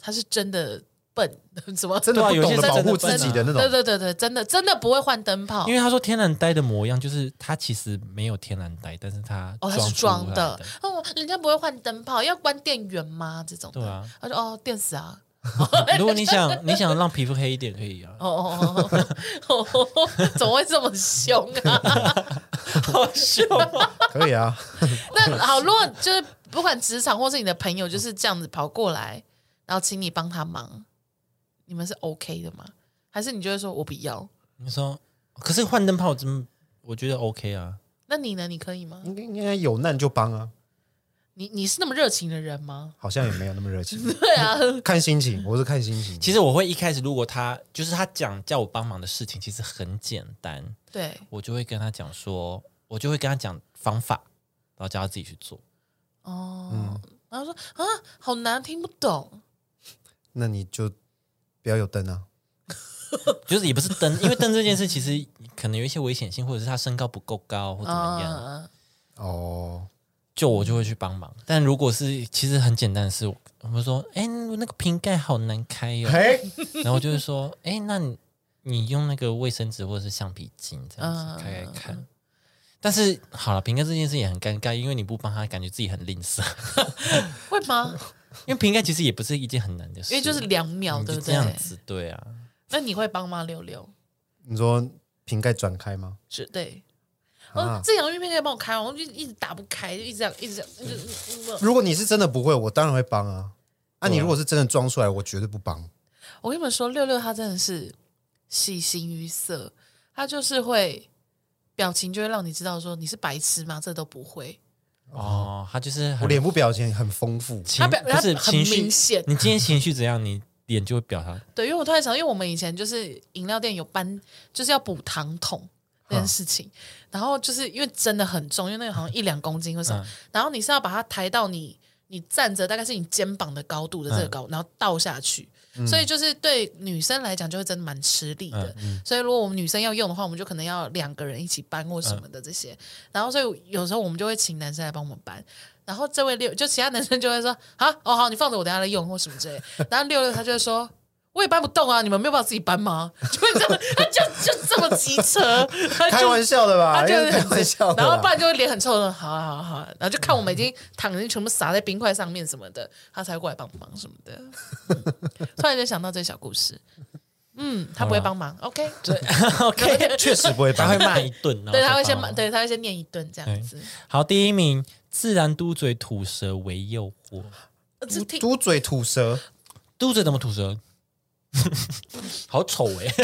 Speaker 2: 他是真的笨，怎么
Speaker 3: 真的不
Speaker 1: 对啊有
Speaker 3: 懂
Speaker 1: 些
Speaker 3: 得
Speaker 1: 是
Speaker 3: 保护
Speaker 1: 真的
Speaker 3: 自己的那
Speaker 2: 对
Speaker 3: 种。
Speaker 2: 对对对，真的真的不会换灯泡
Speaker 1: 因，为他说天然呆的模样，就是他其实没有天然呆，但是他
Speaker 2: 哦，他是
Speaker 1: 装
Speaker 2: 装
Speaker 1: 出来
Speaker 2: 的，哦，人家不会换灯泡，要关电源吗？这种的，
Speaker 1: 对啊
Speaker 2: 他说哦，电死啊，
Speaker 1: 如果你想你想让皮肤黑一点，可以啊。
Speaker 2: 哦哦哦哦哦哦，怎么会这么凶啊？
Speaker 1: 好笑，
Speaker 3: 可以啊，
Speaker 2: 那好，如果就是不管职场或是你的朋友就是这样子跑过来，然后请你帮他忙，你们是 OK 的吗？还是你就会说我不要？
Speaker 1: 你说，可是换灯泡真，我觉得 OK 啊。
Speaker 2: 那你呢？你可以吗？
Speaker 3: 应该应该有难就帮啊，
Speaker 2: 你你是那么热情的人吗？
Speaker 3: 好像也没有那么热情，
Speaker 2: 对啊，
Speaker 3: 看心情，我是看心情。
Speaker 1: 其实我会一开始，如果他就是他讲叫我帮忙的事情，其实很简单，
Speaker 2: 对，
Speaker 1: 我就会跟他讲说，我就会跟他讲方法，然后叫他自己去做。
Speaker 2: 哦，
Speaker 1: 嗯
Speaker 2: 然后说啊，好难，听不懂。
Speaker 3: 那你就不要有灯啊，
Speaker 1: 就是也不是灯，因为灯这件事其实可能有一些危险性，或者是他身高不够高或怎么样，
Speaker 2: 啊，
Speaker 3: 哦，
Speaker 1: 就我就会去帮忙。但如果是其实很简单的事，我我会说，哎、那个瓶盖好难开哦，
Speaker 3: 嘿，
Speaker 1: 然后我就会说，哎、那你你用那个卫生纸或者是橡皮筋这样
Speaker 2: 嗯
Speaker 1: 子开开看。但是好了，瓶盖这件事也很尴尬，因为你不帮他，感觉自己很吝啬。
Speaker 2: 会吗？
Speaker 1: 因为瓶盖其实也不是一件很难的事，
Speaker 2: 因为就是两秒，
Speaker 1: 你嗯
Speaker 2: 对
Speaker 1: 就
Speaker 2: 不
Speaker 1: 这
Speaker 2: 对？
Speaker 1: 样子，对啊。
Speaker 2: 那你会帮吗？六六
Speaker 3: 你说瓶盖转开吗？
Speaker 2: 是对。
Speaker 3: 啊
Speaker 2: 哦，这洋芋片可以帮我开吗，我就一直打不开，就一直这样，一直这样一直，一直
Speaker 3: 如果你是真的不会，我当然会帮啊。那、你如果是真的装出来，我绝对不帮。
Speaker 2: 我跟你们说，六六他真的是喜形于色，他就是会表情就会让你知道说你是白痴吗？这都不会，
Speaker 1: 哦，他就是很
Speaker 3: 我脸部表情很丰富，
Speaker 1: 情
Speaker 2: 他表
Speaker 1: 不是
Speaker 2: 他很
Speaker 1: 情绪
Speaker 2: 明显
Speaker 1: 你今天情绪怎样，你脸就会表达。
Speaker 2: 对，因为我突然想到，因为我们以前就是饮料店有搬，就是要补糖桶这件事情，然后就是因为真的很重，因为那个好像一两公斤或什么，
Speaker 1: 嗯
Speaker 2: 然后你是要把它抬到你你站着大概是你肩膀的高度的这个高，然后倒下去。所以就是对女生来讲，就会真的蛮吃力的。所以如果我们女生要用的话，我们就可能要两个人一起搬或什么的这些。然后所以有时候我们就会请男生来帮我们搬。然后这位六就其他男生就会说：“好哦好，你放着我等下来用或什么之类。”然后六六他就会说：“我也搬不动啊，你们没有办法自己搬吗？” 就会这样，他就就这么机车，他就
Speaker 3: 开玩笑的吧？
Speaker 2: 他就
Speaker 3: 因为开玩笑的
Speaker 2: 然后不
Speaker 3: 啦。
Speaker 2: 然就脸很臭的，好啊好啊好啊，然后就看我们已经躺着，全部撒在冰块上面什么的，他才过来帮忙什么 的。嗯突然就想到这小故事，嗯，他不会帮忙，OK，对 ，OK，
Speaker 3: 确实不啊会
Speaker 1: 他
Speaker 3: 帮
Speaker 1: 会。骂一顿，然后
Speaker 2: 对，
Speaker 1: 再
Speaker 2: 他会先
Speaker 1: 帮
Speaker 3: 哦
Speaker 1: 忙
Speaker 2: 对，他会先念一顿这样子。
Speaker 3: 哎
Speaker 1: 好，第一名，自然嘟嘴吐舌为诱惑。
Speaker 2: 呃这听
Speaker 3: 嘟嘴吐舌，
Speaker 1: 嘟嘴怎么吐舌？ 好丑哎、
Speaker 2: 啊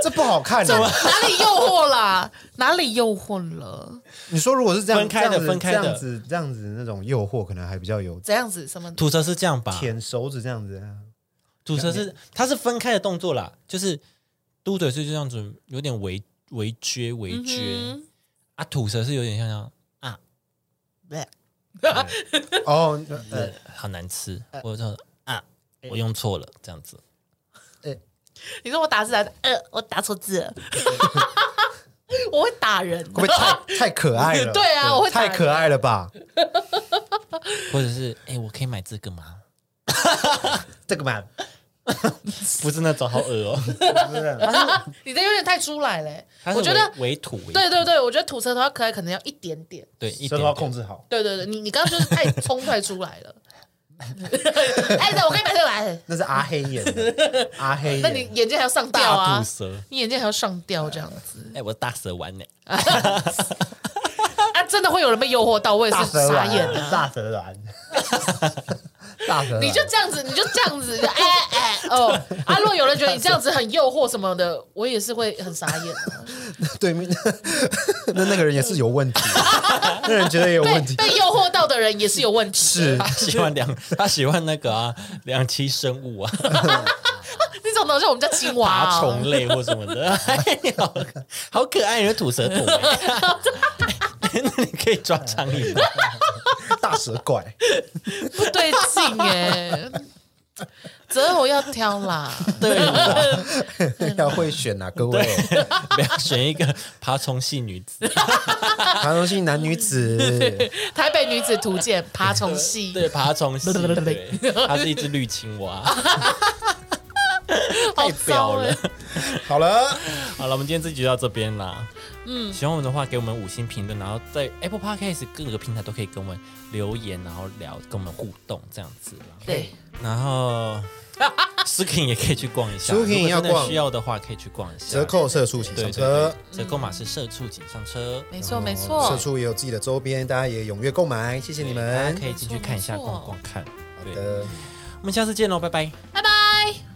Speaker 3: 这不好看欸的。
Speaker 2: 哪里诱惑啦？哪里诱惑了？
Speaker 3: 你说如果是这样
Speaker 1: 分开的
Speaker 3: 这样子
Speaker 1: 分开的
Speaker 3: 这样子这样子那种诱惑，可能还比较有
Speaker 2: 怎样子？什么？
Speaker 1: 吐舌是这样吧？
Speaker 3: 舔手指这 样子。
Speaker 1: 吐舌是它是分开的动作啦，就是嘟嘴是这样子，有点微微撅微
Speaker 2: 嗯
Speaker 1: 撅、
Speaker 2: 哼
Speaker 1: 啊，吐舌是有点像这样啊，
Speaker 3: 哦，
Speaker 1: 呃
Speaker 3: 呃，
Speaker 1: 好难吃，我就啊，我用错了这样子。
Speaker 2: 你说我打字打字，呃，我打错字了， 我会打人，
Speaker 3: 会不会太太可爱了？
Speaker 2: 对啊我会打
Speaker 3: 太
Speaker 2: 人
Speaker 3: 可爱了吧？
Speaker 1: 或者是哎、我可以买这个吗？
Speaker 3: 这个 嘛，
Speaker 1: 不是那种好恶哦、
Speaker 2: 你这有点太出来了欸、
Speaker 1: 它是
Speaker 2: 我觉得，
Speaker 1: 为为土为
Speaker 2: 对对对，我觉得吐舌头要可爱，可能要一点点。
Speaker 1: 对，一
Speaker 3: 舌
Speaker 1: 点
Speaker 3: 头要控
Speaker 1: 点
Speaker 3: 制好。
Speaker 2: 对对对，你你刚刚就是太冲太出来了。 哎，对，我可以买这个来。
Speaker 3: 那是阿黑演 的，阿黑演。
Speaker 2: 那你眼睛还要上吊
Speaker 1: 大
Speaker 2: 啊
Speaker 1: 吐？舌。
Speaker 2: 你眼睛还要上吊这样子
Speaker 1: 哎、我大蛇丸呢、
Speaker 2: 啊？真的会有人被诱惑到，我也
Speaker 3: 大
Speaker 2: 是
Speaker 3: 蛇
Speaker 2: 傻
Speaker 3: 丸
Speaker 2: 眼啊！
Speaker 3: 大 蛇丸，大蛇丸，
Speaker 2: 你就这样子，你就这样子，哎哎哦！啊，如果有人觉得你这样子很诱惑什么的，我也是会很傻 眼啊。
Speaker 3: 对面 那那个人也是有 问题，那人觉得也有问
Speaker 2: 被
Speaker 3: 题，
Speaker 2: 被诱惑到的人也是有问题。
Speaker 3: 是
Speaker 1: 他喜欢 两，他喜欢那个啊，两栖生物啊，
Speaker 2: 那种东西我们叫青蛙
Speaker 1: 爬
Speaker 2: 哦、
Speaker 1: 虫类或什么 的。哎你好好可爱，你的吐 舌头、欸。那你可以抓苍蝇吗？
Speaker 3: 大蛇 怪，
Speaker 2: 不对劲哎、择偶要挑啦，
Speaker 1: 对啦，
Speaker 3: 要会选啊，各位，
Speaker 1: 不要选一个爬虫系女子。
Speaker 3: 韩荣信男女子，
Speaker 2: 台北女子图鉴爬虫系，
Speaker 1: 对，爬虫系， 对，它是一只绿青 蛙。
Speaker 2: 好
Speaker 1: 太
Speaker 2: 糟
Speaker 1: 表
Speaker 2: 哎、
Speaker 1: 了。
Speaker 3: 好了，
Speaker 1: 好了，我们今天这集就到这边啦。嗯，喜欢我们的话，给我们五星评论，然后在 Apple Podcast 各个平台都可以跟我们留言，然后聊，跟我们互动这样子啦。
Speaker 2: 对，
Speaker 1: 然后 Skin 也可以去逛一下
Speaker 3: Sukin
Speaker 1: 如果
Speaker 3: 要
Speaker 1: 真的
Speaker 3: 逛
Speaker 1: 需要的话可以去逛一下。
Speaker 3: 折扣社畜请
Speaker 1: 对
Speaker 3: 上
Speaker 1: 对
Speaker 3: 车
Speaker 1: 对，，折扣码是社畜请上车，
Speaker 2: 没错没
Speaker 3: 社
Speaker 2: 错，
Speaker 3: 畜也有自己的周边，大家也踊跃购买，谢谢你
Speaker 1: 大
Speaker 3: 们
Speaker 1: 家可。以进去看一下
Speaker 2: 没错
Speaker 1: 逛逛看。
Speaker 3: 好
Speaker 1: 对，
Speaker 3: 的，
Speaker 1: 我们下次见喽，拜拜。
Speaker 2: 拜拜。